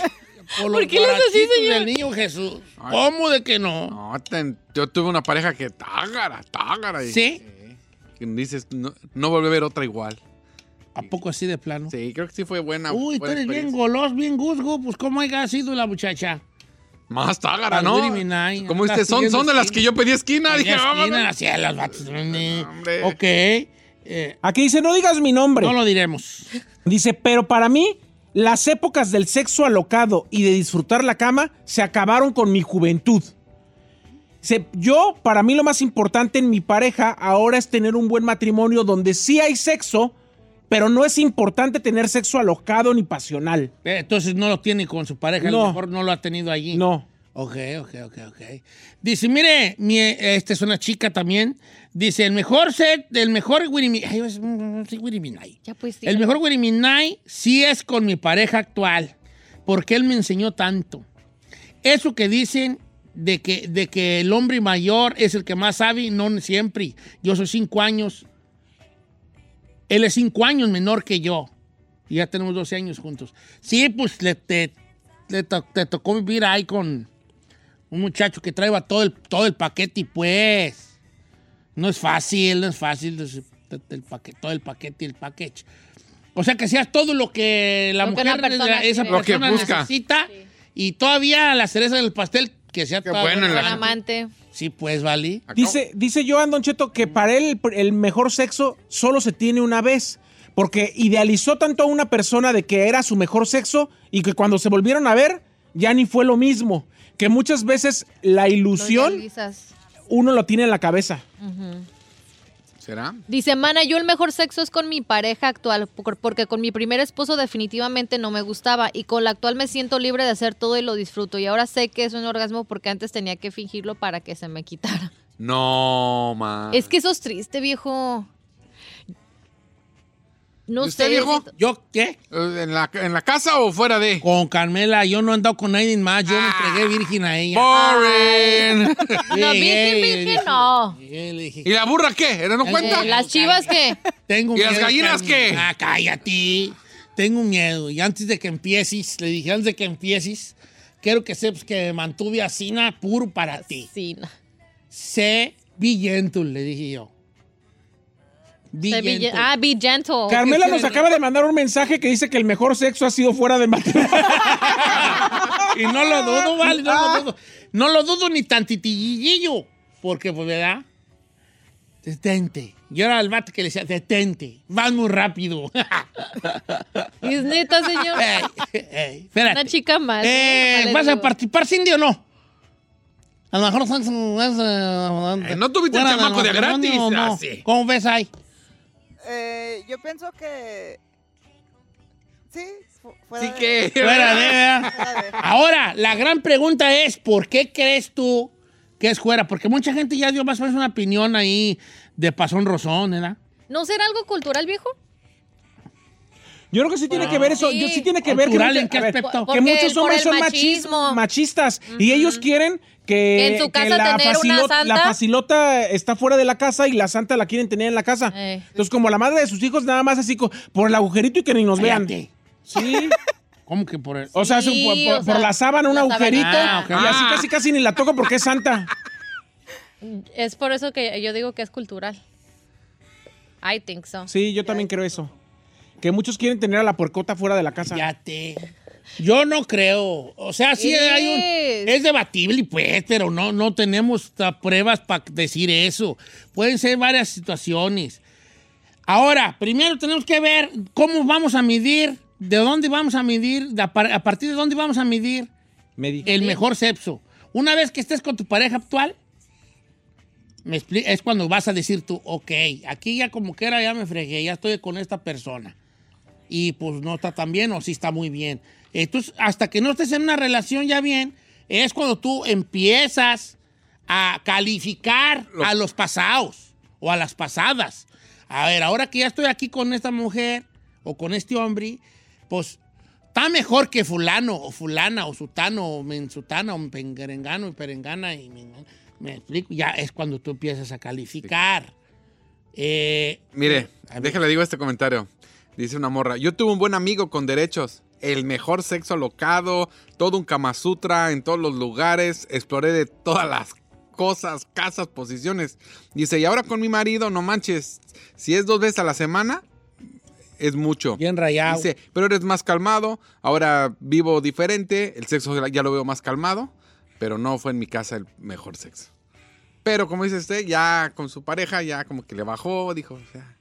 S7: Por,
S3: ¿Por qué le hace así, señor?
S7: El niño Jesús.
S4: Ay.
S7: ¿Cómo de que no?
S4: No, ten- yo tuve una pareja que tágara, tágara. y-
S7: ¿Sí?
S4: que dices, no, no volví a ver otra igual.
S7: ¿A poco así de plano?
S4: Sí, creo que sí fue buena.
S7: Uy, tú
S4: buena
S7: eres bien
S4: experiencia.
S7: goloso, bien guzgo. Pues, ¿cómo haya sido la muchacha?
S4: Más tágara, ¿no?
S7: Agree me nine.
S4: Como dices,
S7: Estás
S4: son, son de
S7: pidiendo
S4: las que yo pedí esquina.
S7: Pedí
S4: Dije, "Ah,
S7: esquina,
S4: vámonos.
S7: así a las vatos.
S4: Eh.
S7: Hombre. Ok. Eh,
S10: Aquí dice, no digas mi nombre. No
S7: lo diremos.
S10: Dice, pero para mí, las épocas del sexo alocado y de disfrutar la cama se acabaron con mi juventud. Dice, yo, para mí lo más importante en mi pareja ahora es tener un buen matrimonio donde sí hay sexo, pero no es importante tener sexo alocado ni pasional.
S7: Eh, Entonces no lo tiene con su pareja, a
S10: No.
S7: lo mejor no lo ha tenido allí.
S10: No.
S7: Ok, ok, ok, ok. Dice, mire, mi, eh, esta es una chica también. Dice, el mejor set, el mejor Winimi- ay, es- mm, sí, Wiriminay.
S3: Ya pues sí.
S7: El mejor Wiriminay sí es con mi pareja actual, porque él me enseñó tanto. Eso que dicen de que, de que el hombre mayor es el que más sabe, no siempre. Yo soy cinco años. Él es cinco años menor que yo. Y ya tenemos 12 años juntos. Sí, pues le, te, le to- te tocó vivir ahí con un muchacho que traía todo el, todo el paquete y pues no es fácil, no es fácil des- te- te- el paquete, todo el paquete y el package. O sea que seas todo lo que la
S3: Lo que una
S7: mujer,
S3: persona
S7: la- esa
S3: quiere. Lo
S4: que
S7: persona
S4: busca.
S7: necesita y todavía la cereza del pastel que sea todo
S4: bueno en la-
S3: Un amante.
S7: Sí, pues, Vali.
S10: Dice, dice Joan Don Cheto que para él el- el mejor sexo solo se tiene una vez. Porque idealizó tanto a una persona de que era su mejor sexo y que cuando se volvieron a ver ya ni fue lo mismo. Que muchas veces la
S3: Lo
S10: ilusión
S3: idealizas.
S10: uno lo tiene en la cabeza.
S3: Ujú.
S4: ¿Será?
S3: Dice, mana, yo el mejor sexo es con mi pareja actual, por- porque con mi primer esposo definitivamente no me gustaba y con la actual me siento libre de hacer todo y lo disfruto. Y ahora sé que es un orgasmo porque antes tenía que fingirlo para que se me quitara.
S4: No, man.
S3: Es que eso es triste, viejo. No
S4: ¿Y usted,
S3: sé.
S4: viejo? Eh,
S3: siento-
S7: ¿Yo qué?
S4: ¿En la, ¿En la casa o fuera de?
S7: Con Carmela, yo no he andado con nadie más. Yo me entregué virgen a ella.
S4: Boring.
S3: Ah. No,
S7: Llegué,
S3: virgen,
S7: le
S3: virgen,
S7: dije-
S3: no.
S7: llegué, le dije,
S4: ¿Y la burra qué? ¿Era no
S7: Eh,
S4: cuenta?
S3: Eh, Las chivas que...
S7: Tengo
S4: ¿Y las
S7: miedo,
S4: gallinas
S7: Carmen.
S4: qué?
S7: Ah, cállate. Tengo miedo. Y antes de que empieces, le dije, antes de que empieces, quiero que sepas que me mantuve asina puro para ti.
S3: Sí, no.
S7: Sé villentul, le dije yo.
S3: Sé be gen- Ah, be gentle.
S10: Carmela nos acaba de mandar un mensaje que dice que el mejor sexo ha sido fuera de matrimonio. Ah,
S7: Y no lo dudo,
S3: Ah,
S7: vale, no lo dudo. No lo dudo ni tantitillillo. Porque, pues, ¿verdad? Detente. Yo era el vato que le decía, detente. Vas muy rápido.
S3: Es neta, señor.
S7: Ey, ey, espérate.
S3: Una chica más.
S7: Eh,
S3: Vale,
S7: ¿Vas a
S3: digo.
S7: participar, Cindy, o no? A lo mejor son- son- es, eh,
S4: Eh, ¿no tuviste el
S7: fuera
S4: chamaco de
S7: matrimonio,
S4: gratis?
S7: no?
S4: Ah, sí.
S7: ¿Cómo ves ahí?
S13: Eh, yo pienso que... Sí, fu- fuera
S4: Sí
S13: de-
S4: que.
S7: Fuera de, ¿verdad? Ahora, la gran pregunta es, ¿por qué crees tú que es fuera? Porque mucha gente ya dio más o menos una opinión ahí de pasón rosón, ¿verdad?
S3: ¿No será algo cultural, viejo?
S10: Yo creo que sí tiene que ver eso. Yo sí tiene que ver
S7: Cultural,
S10: que,
S7: ¿en qué
S10: a ver,
S7: aspecto?
S10: que
S7: Porque
S10: muchos
S7: por
S10: hombres
S7: el
S10: son machis- machistas y ellos quieren que,
S3: En
S10: que
S3: su casa
S10: la,
S3: tener una santa.
S10: la facilota está fuera de la casa y la santa la quieren tener en la casa.
S7: Eh.
S10: Entonces, como la madre de sus hijos, nada más así co- por el agujerito y que ni nos vean.
S7: Cállate.
S10: Sí.
S7: ¿Cómo que por el.?
S10: O sea,
S7: Sí,
S10: su- por,
S7: o
S10: por
S7: sea,
S10: la sábana, un
S7: la
S10: agujerito.
S7: sábana. Ah, ok.
S10: Y así
S7: Ah.
S10: casi casi ni la toco porque es santa.
S3: Es por eso que yo digo que es cultural. I think so.
S10: Sí, yo también creo eso. Que muchos quieren tener a la puercota fuera de la casa.
S7: Yo no creo. O sea, sí
S10: Es.
S7: hay un. Es debatible, pues, pero no, no tenemos ta- pruebas para decir eso. Pueden ser varias situaciones. Ahora, primero tenemos que ver cómo vamos a medir, de dónde vamos a medir, de a par- a partir de dónde vamos a medir el mejor sexo. Una vez que estés con tu pareja actual, me expli- es cuando vas a decir tú, ok, aquí ya como quiera ya me fregué, ya estoy con esta persona. Y pues no está tan bien o sí está muy bien. Entonces, hasta que no estés en una relación ya bien, es cuando tú empiezas a calificar a los pasados o a las pasadas. A ver, ahora que ya estoy aquí con esta mujer o con este hombre, pues está mejor que fulano o fulana o sutano o mensutana o perengano y perengana y men- me explico, ya es cuando tú empiezas a calificar. Eh,
S4: Mire, déjale digo este comentario. Dice una morra, yo tuve un buen amigo con derechos, el mejor sexo alocado, todo un Kama Sutra en todos los lugares, exploré de todas las cosas, casas, posiciones. Dice, y ahora con mi marido, no manches, si es dos veces a la semana, es mucho.
S7: Bien rayado.
S4: Dice, pero eres más calmado, ahora vivo diferente, el sexo ya lo veo más calmado, pero no fue en mi casa el mejor sexo. Pero como dice usted, ya con su pareja, ya como que le bajó, dijo, ya.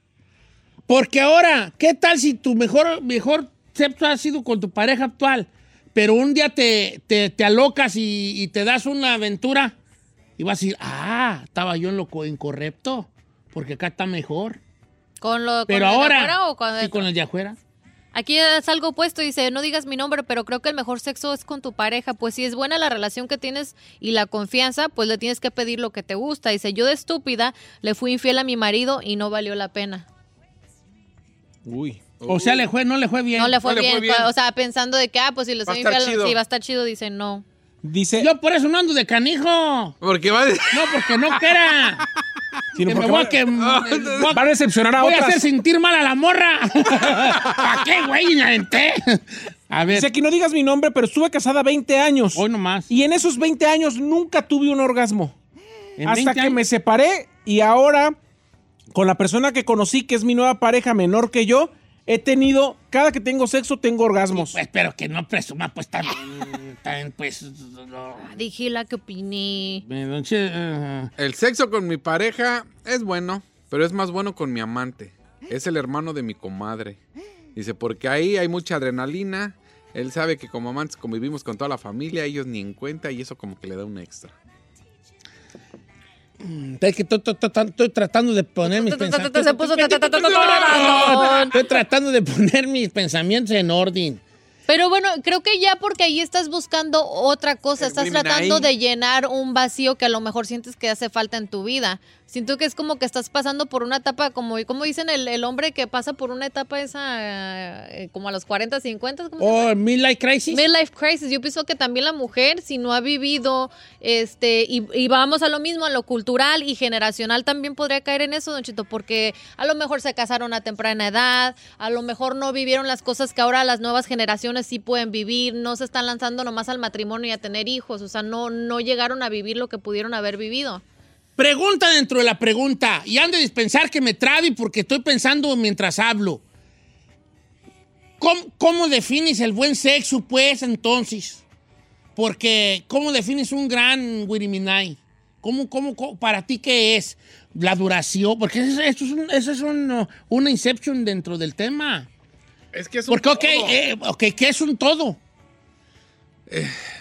S7: Porque ahora, ¿qué tal si tu mejor, mejor sexo ha sido con tu pareja actual? Pero un día te, te, te alocas y, y te das una aventura y vas a decir, ah, estaba yo en lo co- incorrecto, porque acá está mejor.
S3: Con lo, con
S7: Pero
S3: el de
S7: ahora,
S3: afuera o con-
S7: y con el de afuera.
S3: Aquí es algo opuesto, dice, no digas mi nombre, pero creo que el mejor sexo es con tu pareja. Pues si es buena la relación que tienes y la confianza, pues le tienes que pedir lo que te gusta. Dice, yo de estúpida le fui infiel a mi marido y no valió la pena.
S10: Uy.
S7: O sea, le fue, no le fue bien.
S3: No le fue, bien. O sea, pensando de que, ah, pues si le
S7: Va a
S3: soy
S7: estar
S3: infiel,
S7: chido.
S3: sí, va a estar chido. Dice, no.
S10: Dice.
S7: Yo por eso no ando de canijo.
S4: Porque va
S7: No, porque no quiera.
S10: Sino
S7: Que me
S10: porque
S7: voy
S10: va-
S7: a que- voy
S10: Va a decepcionar Ah, a
S7: voy
S10: otras.
S7: a hacer sentir mal a la morra. ¿Para qué, güey? Me aventé. A ver.
S10: Dice aquí, no digas mi nombre, pero estuve casada 20 años.
S7: Hoy nomás.
S10: Y en esos 20 años nunca tuve un orgasmo.
S7: ¿En
S10: Hasta
S7: 20
S10: que
S7: años?
S10: me separé y ahora, con la persona que conocí, que es mi nueva pareja menor que yo, he tenido, cada que tengo sexo, tengo orgasmos.
S7: Espero que no presuma, pues tan. tan, pues. no.
S3: Dije la que opiné.
S7: eh,
S4: El sexo con mi pareja es bueno, pero es más bueno con mi amante. Es el hermano de mi comadre. Dice, porque ahí hay mucha adrenalina. Él sabe que como amantes convivimos con toda la familia, ellos ni en cuenta y eso como que le da un extra.
S7: mm, Es que estoy, estoy- estoy tratando de poner mis pensamientos.
S3: Se puso ta, ta, ta, ta, ta, ta, ta, ta.
S7: Estoy tratando de poner mis pensamientos en orden.
S3: Pero bueno, creo que ya porque ahí estás buscando otra cosa, estás
S7: crimen
S3: tratando
S7: ahí.
S3: de llenar un vacío que a lo mejor sientes que hace falta en tu vida. Siento que es como que estás pasando por una etapa, como, como dicen el, el hombre que pasa por una etapa esa, eh, como a los 40, 50, ¿cómo se
S7: Oh, midlife crisis.
S3: Midlife crisis. Yo pienso que también la mujer, si no ha vivido, este, y, y vamos a lo mismo, a lo cultural y generacional, también podría caer en eso, Don Chito, porque a lo mejor se casaron a temprana edad, a lo mejor no vivieron las cosas que ahora las nuevas generaciones sí pueden vivir, no se están lanzando nomás al matrimonio y a tener hijos, o sea, no, no llegaron a vivir lo que pudieron haber vivido.
S7: Pregunta dentro de la pregunta. Y han de dispensar que me trabe porque estoy pensando mientras hablo. ¿Cómo, cómo defines el buen sexo, pues, entonces? Porque, ¿cómo defines un gran Wiriminay? ¿Cómo, cómo, cómo- para ti qué es? La duración, porque eso, es- eso es, un- eso es un, uh, una inception dentro del tema.
S4: Es que es
S7: Porque, ok, eh, ok, ¿qué es un todo?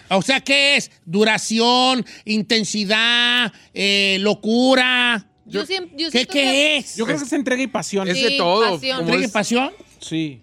S7: O sea, ¿qué es? Duración, intensidad, eh, locura.
S3: Yo siem- yo
S7: ¿Qué,
S3: siento
S7: qué
S3: que-
S7: es?
S10: Yo creo que es entrega y pasión.
S3: Es de Sí, todo, pasión. como
S7: ¿Entrega y
S3: es-
S7: pasión?
S10: Sí.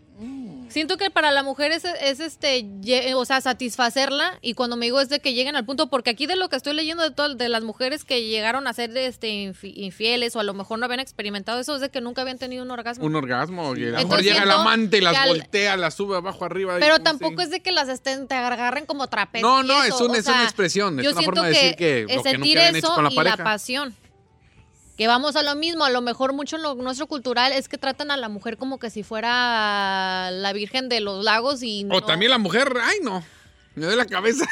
S3: Siento que para la mujer es, es este, lle- o sea, satisfacerla y cuando me digo es de que lleguen al punto, porque aquí de lo que estoy leyendo de todas de las mujeres que llegaron a ser este infi- infieles o a lo mejor no habían experimentado eso, es de que nunca habían tenido un orgasmo.
S4: Un orgasmo. Y a lo
S3: Entonces
S4: mejor llega el
S3: siento
S4: amante y las
S3: que al-
S4: voltea, las sube abajo, arriba. y-
S3: Pero tampoco es de que las estén, te agarren como trapecio.
S4: No, no, es,
S3: eso,
S4: un-
S3: o
S4: es
S3: sea,
S4: una expresión. Es
S3: yo
S4: una
S3: siento
S4: forma de decir que
S3: es
S4: lo que
S3: sentir
S4: nunca habían
S3: eso
S4: hecho con la
S3: y
S4: pareja.
S3: la pasión. Que vamos a lo mismo, a lo mejor mucho en lo nuestro cultural es que tratan a la mujer como que si fuera la virgen de los lagos y
S4: O también la mujer, ay no, me duele la cabeza.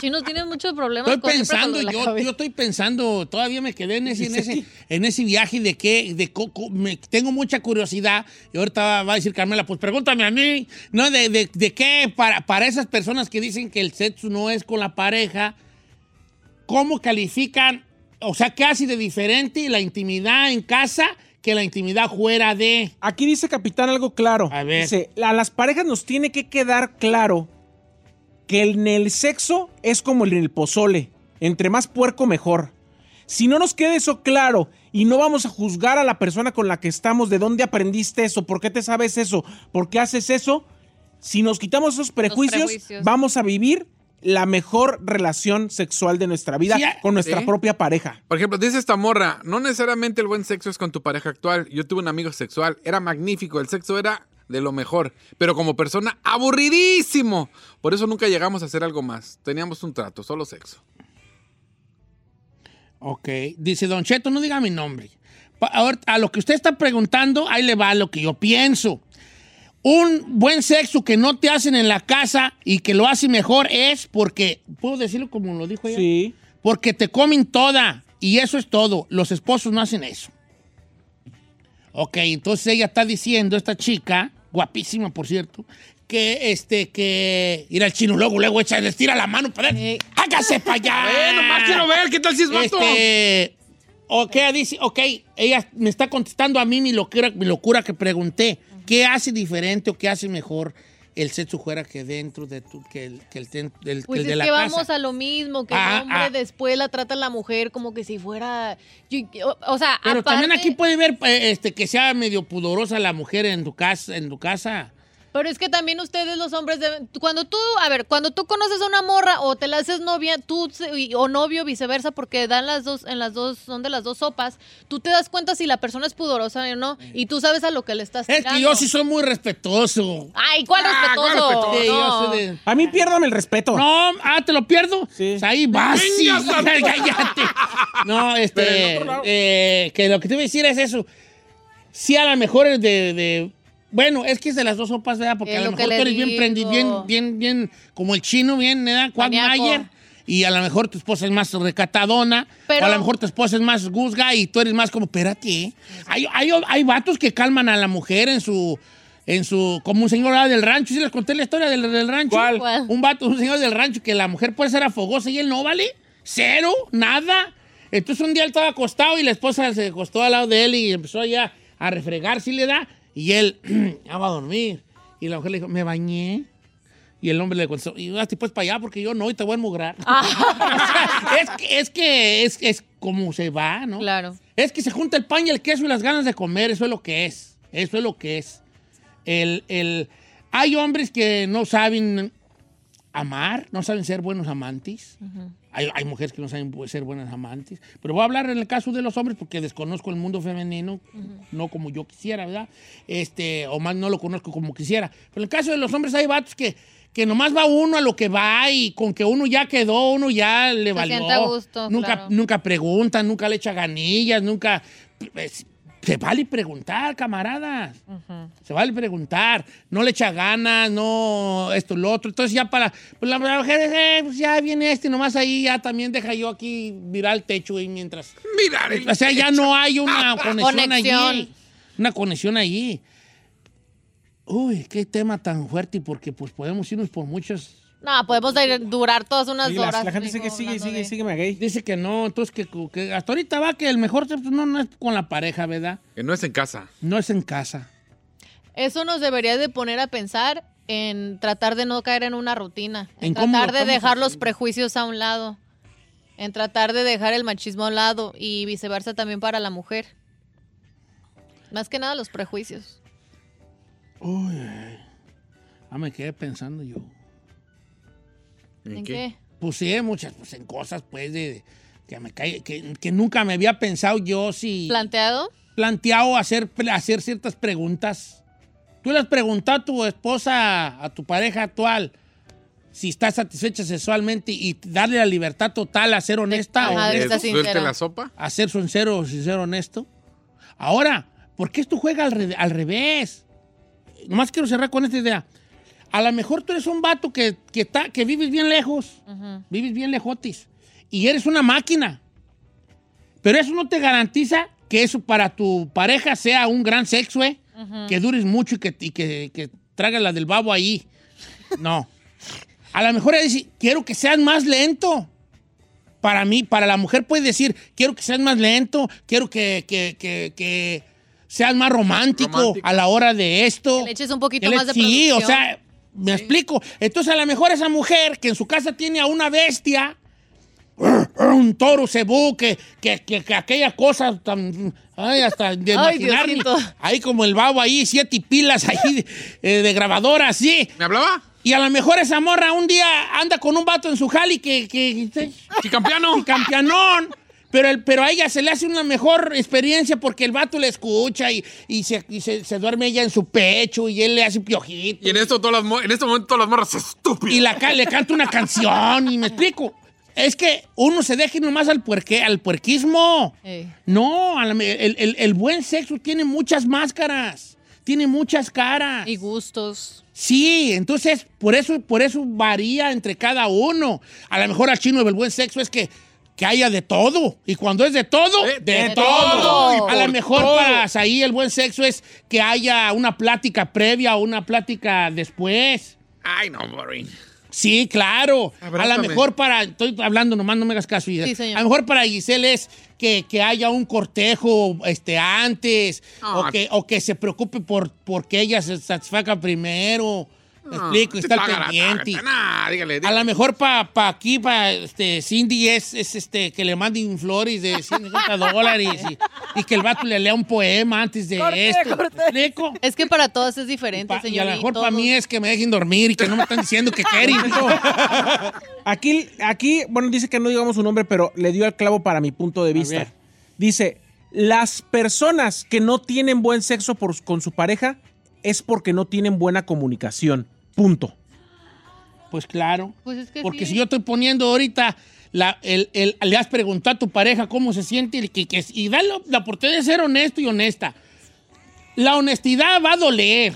S3: chinos tienen muchos problemas.
S7: Estoy
S3: con- siempre con lo
S7: pensando,
S3: de la
S7: yo,
S3: cabeza.
S7: yo estoy pensando, todavía me quedé en ese, en ese, en ese viaje de que de co- co- me- tengo mucha curiosidad. Y ahorita va a decir Carmela, pues pregúntame a mí, ¿no? De, de, de qué para, para esas personas que dicen que el sexo no es con la pareja, ¿cómo califican? O sea, ¿qué hace de diferente la intimidad en casa que la intimidad fuera de.
S10: Aquí dice Capitán algo claro. Dice, a las parejas nos tiene que quedar claro que en el sexo es como en el pozole. Entre más puerco, mejor. Si no nos queda eso claro y no vamos a juzgar a la persona con la que estamos, de dónde aprendiste eso, por qué te sabes eso, por qué haces eso, si nos quitamos esos prejuicios,
S7: prejuicios.
S10: vamos a vivir la mejor relación sexual de nuestra vida
S4: Sí, ah,
S10: con nuestra
S4: sí.
S10: propia pareja.
S4: Por ejemplo, dice esta morra, no necesariamente el buen sexo es con tu pareja actual. Yo tuve un amigo sexual, era magnífico, el sexo era de lo mejor, pero como persona aburridísimo. Por eso nunca llegamos a hacer algo más. Teníamos un trato, solo sexo.
S7: Ok, dice Don Cheto, no diga mi nombre. Pa- ahor- a lo que usted está preguntando, ahí le va lo que yo pienso. Un buen sexo que no te hacen en la casa y que lo hacen mejor es porque, ¿puedo decirlo como lo dijo ella?
S10: Sí.
S7: Porque te comen toda y eso es todo. Los esposos no hacen eso. Ok, entonces ella está diciendo, esta chica, guapísima por cierto, que este, que ir al chino luego, luego echa, le tira la mano para ver. ¡Hágase para allá!
S4: Eh, nomás quiero ver, ¿qué tal si es vato?
S7: Este, ok, dice, ok, ella me está contestando a mí mi locura, mi locura que pregunté. ¿Qué hace diferente o qué hace mejor el sexo fuera que dentro de tu, que el, que el, ten- del- que
S3: Pues
S7: el
S3: es
S7: de la
S3: que
S7: casa?
S3: vamos a lo mismo, que
S7: Ah,
S3: el hombre
S7: ah.
S3: después la trata a la mujer como que si fuera... yo- o, o sea,
S7: Pero
S3: aparte-
S7: también aquí puede ver eh, este, que sea medio pudorosa la mujer en tu casa. En tu casa.
S3: Pero es que también ustedes los hombres deben- cuando tú, a ver, cuando tú conoces a una morra o te la haces novia, tú se- y- o novio viceversa, porque dan las dos en las dos son de las dos sopas, tú te das cuenta si la persona es pudorosa o no y tú sabes a lo que le estás
S7: Es
S3: tirando.
S7: que yo sí soy Ah, muy respetuoso.
S3: Ay, ¿cuál respetuoso?
S7: Sí, yo
S3: No.
S7: soy de-
S10: A mí piérdame el respeto.
S7: No, ah, te lo pierdo. Pues ahí vas.
S10: Venga,
S7: sí.
S10: santo.
S7: Cállate. No,
S10: Pero en
S7: este.
S10: otro lado.
S7: eh, que lo que te voy a decir es eso. Sí, a lo mejor es de. de- bueno, es que es de las dos sopas, ¿verdad? Porque
S10: Es
S7: a lo
S10: lo que
S7: mejor tú
S10: le
S7: eres bien
S10: digo.
S7: prendido, bien, bien, bien, como el chino, bien, ¿verdad?
S3: Maníaco.
S7: Quagmire. Y a lo mejor tu esposa es más recatadona.
S3: Pero-
S7: o a lo mejor tu esposa es más guzga y tú eres más como, espérate. ¿eh? Hay, hay, hay vatos que calman a la mujer en su. En su, como un señor ah, del rancho, sí les conté la historia del, del rancho.
S3: ¿Cuál?
S7: Un vato, un señor del rancho, que la mujer puede ser afogosa y él no vale. Cero, nada. Entonces un día él estaba acostado y la esposa se acostó al lado de él y empezó ya a refregar, si le da. Y él, ya va a dormir. Y la mujer le dijo, me bañé. Y el hombre le contestó, y hazte pues para allá porque yo no y te voy a enmugrar. O sea, es que, es, que es, es como se va, Ah, ¿no?
S3: Claro.
S7: Es que se junta el pan y el queso y las ganas de comer, eso es lo que es. Eso es lo que es. El, el- hay hombres que no saben amar, no saben ser buenos amantes. Hay, hay mujeres que no saben bu- ser buenas amantes. Pero voy a hablar en el caso de los hombres porque desconozco el mundo femenino,
S9: Mm-hmm.
S7: no como yo quisiera, ¿verdad? Este, o más no lo conozco como quisiera. Pero en el caso de los hombres hay vatos que, que nomás va uno a lo que va y con que uno ya quedó, uno ya le
S3: Se
S7: valió.
S3: siente a gusto,
S7: nunca,
S3: claro.
S7: nunca pregunta, nunca le echa ganillas, nunca... pues, se vale preguntar, camaradas. Se vale preguntar, no le echa ganas, no esto, lo otro. Entonces ya para, pues la la mujer, eh, pues ya viene este, nomás ahí ya también deja yo aquí mirar el techo y mientras...
S4: Mirar
S7: O sea, ya no hay una conexión, allí.
S3: Conexión.
S7: Una conexión allí. Uy, qué tema tan fuerte, porque pues podemos irnos por muchas...
S3: No, podemos de- durar todas unas
S7: Y las-
S3: horas.
S7: la gente dice que
S3: mijo,
S7: sigue,
S3: hablando
S7: sigue,
S3: de-
S7: sigue, Dice que no, entonces que, que hasta ahorita va que el mejor sexo no, no es con la pareja, ¿verdad?
S4: Que no es en casa.
S7: No es en casa.
S3: Eso nos debería de poner a pensar en tratar de no caer en una rutina, en,
S7: ¿En cómo
S3: tratar
S7: lo
S3: de
S7: estamos
S3: dejar los prejuicios a un lado, en tratar de dejar el machismo a un lado y viceversa también para la mujer. Más que nada los prejuicios.
S6: Uy, ay. ah, me quedé pensando yo.
S3: ¿En qué?
S7: Pues sí, muchas, pues en cosas, pues, de, de- que, me cae, que, que nunca me había pensado yo si
S3: ¿Planteado?
S7: planteado hacer, hacer ciertas preguntas. Tú le has preguntado a tu esposa, a tu pareja actual, si está satisfecha sexualmente y darle la libertad total a ser honesta o
S3: Ajá, de
S7: honesto?
S3: estar sincera. ¿Suelte la sopa?
S7: A ser sincero, sincero, honesto. Ahora, ¿por qué esto juega al, re- al revés? Nomás quiero cerrar con esta idea. A lo mejor tú eres un vato que, que, está, que vives bien lejos.
S9: Mm-hmm.
S7: Vives bien lejotis. Y eres una máquina. Pero eso no te garantiza que eso para tu pareja sea un gran sexo, ¿eh?
S3: Ujú.
S7: Que dures mucho y que, y que, que tragas la del babo ahí. No. A lo mejor ella dice, quiero que seas más lento. Para mí, para la mujer puede decir, quiero que seas más lento, quiero que, que, que, que seas más romántico,
S3: Romántico.
S7: a la hora de esto.
S3: Le eches un poquito
S7: Que le-
S3: más de
S7: sí,
S3: producción.
S7: o sea, me explico. Entonces, a lo mejor esa mujer que en su casa tiene a una bestia, un toro cebú, que, que, que, que aquella cosa tan. Ay, hasta de
S3: Ay,
S7: imaginar.
S3: Diosito.
S7: ahí como el babo ahí, siete pilas ahí de, eh, de grabadora, así. ¿Me hablaba? Y a lo mejor esa morra un día anda con un vato en su jali que. que, campeano. campeanón. Pero, el, pero a ella se le hace una mejor experiencia porque el vato le escucha y, y se, y se- se duerme ella en su pecho y él le hace piojito.
S4: Y en, esto todas las mo- en este momento todas las morras estúpidas.
S7: Y la ca- le canta una canción y me explico. Es que uno se deja ir nomás al, puerque, al puerquismo. No, a la me- el, el- el buen sexo tiene muchas máscaras, tiene muchas caras. Y
S3: gustos.
S7: Sí, entonces por eso, por eso varía entre cada uno. A lo mejor al chino el buen sexo es que, que haya de todo. Y cuando es de todo, de,
S4: de
S7: todo.
S4: todo. Y
S7: A lo
S4: por
S7: mejor
S4: todo.
S7: para ahí el buen sexo es que haya una plática previa o una plática después.
S4: Ay, no, Maureen.
S7: Sí, claro. A lo
S4: Abrázame.
S7: mejor para. Estoy hablando nomás, no me hagas caso. Giselle.
S4: Sí, señor.
S7: A lo mejor para Giselle es que, que haya un cortejo este, antes
S4: Ah.
S7: o, que, o que se preocupe por porque ella se satisfaga primero. ¿Me
S4: Ah,
S7: explico? Está al
S4: tágara,
S7: pendiente.
S4: tágara, nah, dígale,
S7: A
S4: dígale.
S7: lo mejor para aquí, para este, Cindy, es, es, este, que le manden flores de 150 dólares y, y que el vato le lea un poema antes de esto.
S3: Es que para todos es diferente,
S7: Pa-
S3: señor.
S7: y a lo mejor para mí es que me dejen dormir y que no me están diciendo que quieren.
S10: Aquí, aquí, bueno, dice que no digamos su nombre, pero le dio al clavo para mi punto de vista.
S7: ver.
S10: Dice, las personas que no tienen buen sexo por- con su pareja es porque no tienen buena comunicación. Punto.
S7: Pues claro.
S3: Pues es que
S7: Porque
S3: sí.
S7: si yo estoy poniendo ahorita, la, el, el- le has preguntado a tu pareja cómo se siente y, que, que- y dale la oportunidad de ser honesto y honesta. La honestidad va a doler.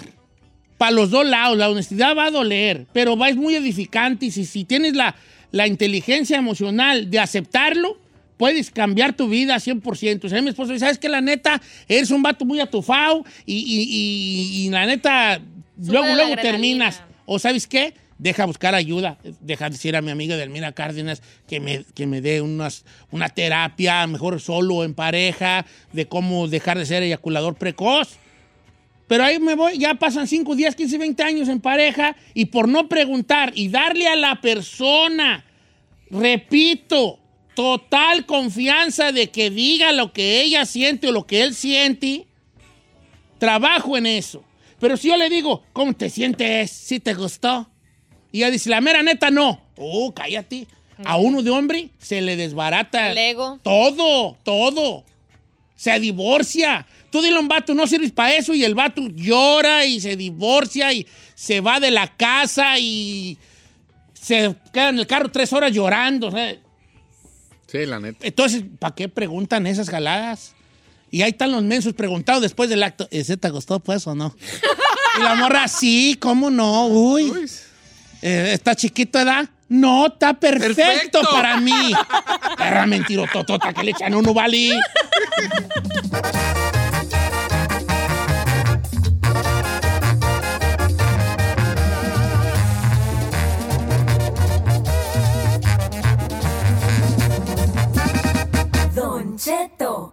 S7: Para los dos lados, la honestidad va a doler, pero va, es muy edificante y si, si tienes la, la inteligencia emocional de aceptarlo, puedes cambiar tu vida 100%. O sea, mi esposo dice, ¿sabes qué? La neta, eres un vato muy atufado y, y- y- y la neta, luego,
S3: la
S7: luego
S3: adrenalina.
S7: terminas. O ¿sabes qué? Deja buscar ayuda. Deja decir a mi amiga Delmira Cárdenas que me, que me dé unas, una terapia, mejor solo o en pareja, de cómo dejar de ser eyaculador precoz. Pero ahí me voy, ya pasan 5, 10, 15, 20 años en pareja y por no preguntar y darle a la persona, repito, total confianza de que diga lo que ella siente o lo que él siente, trabajo en eso. Pero si yo le digo, ¿cómo te sientes? ¿Si te gustó? Y ella dice, la mera neta no. Oh, cállate. A uno de hombre se le desbarata
S3: El ego.
S7: todo, todo. Se divorcia. Tú dile a un vato, no sirves para eso. Y el vato llora y se divorcia y se va de la casa y se queda en el carro tres horas llorando. o sea,
S4: Sí, la neta.
S7: entonces, ¿para qué preguntan esas jaladas? Y ahí están los mensos preguntados después del acto. ¿Ese te gustó pues o no? y la morra, sí, ¿cómo no? Uy. Eh, ¿Está chiquito, edad? No, está perfecto,
S4: Perfecto.
S7: para mí. Perra mentirototota que le echan a uno, vale.
S8: Don Cheto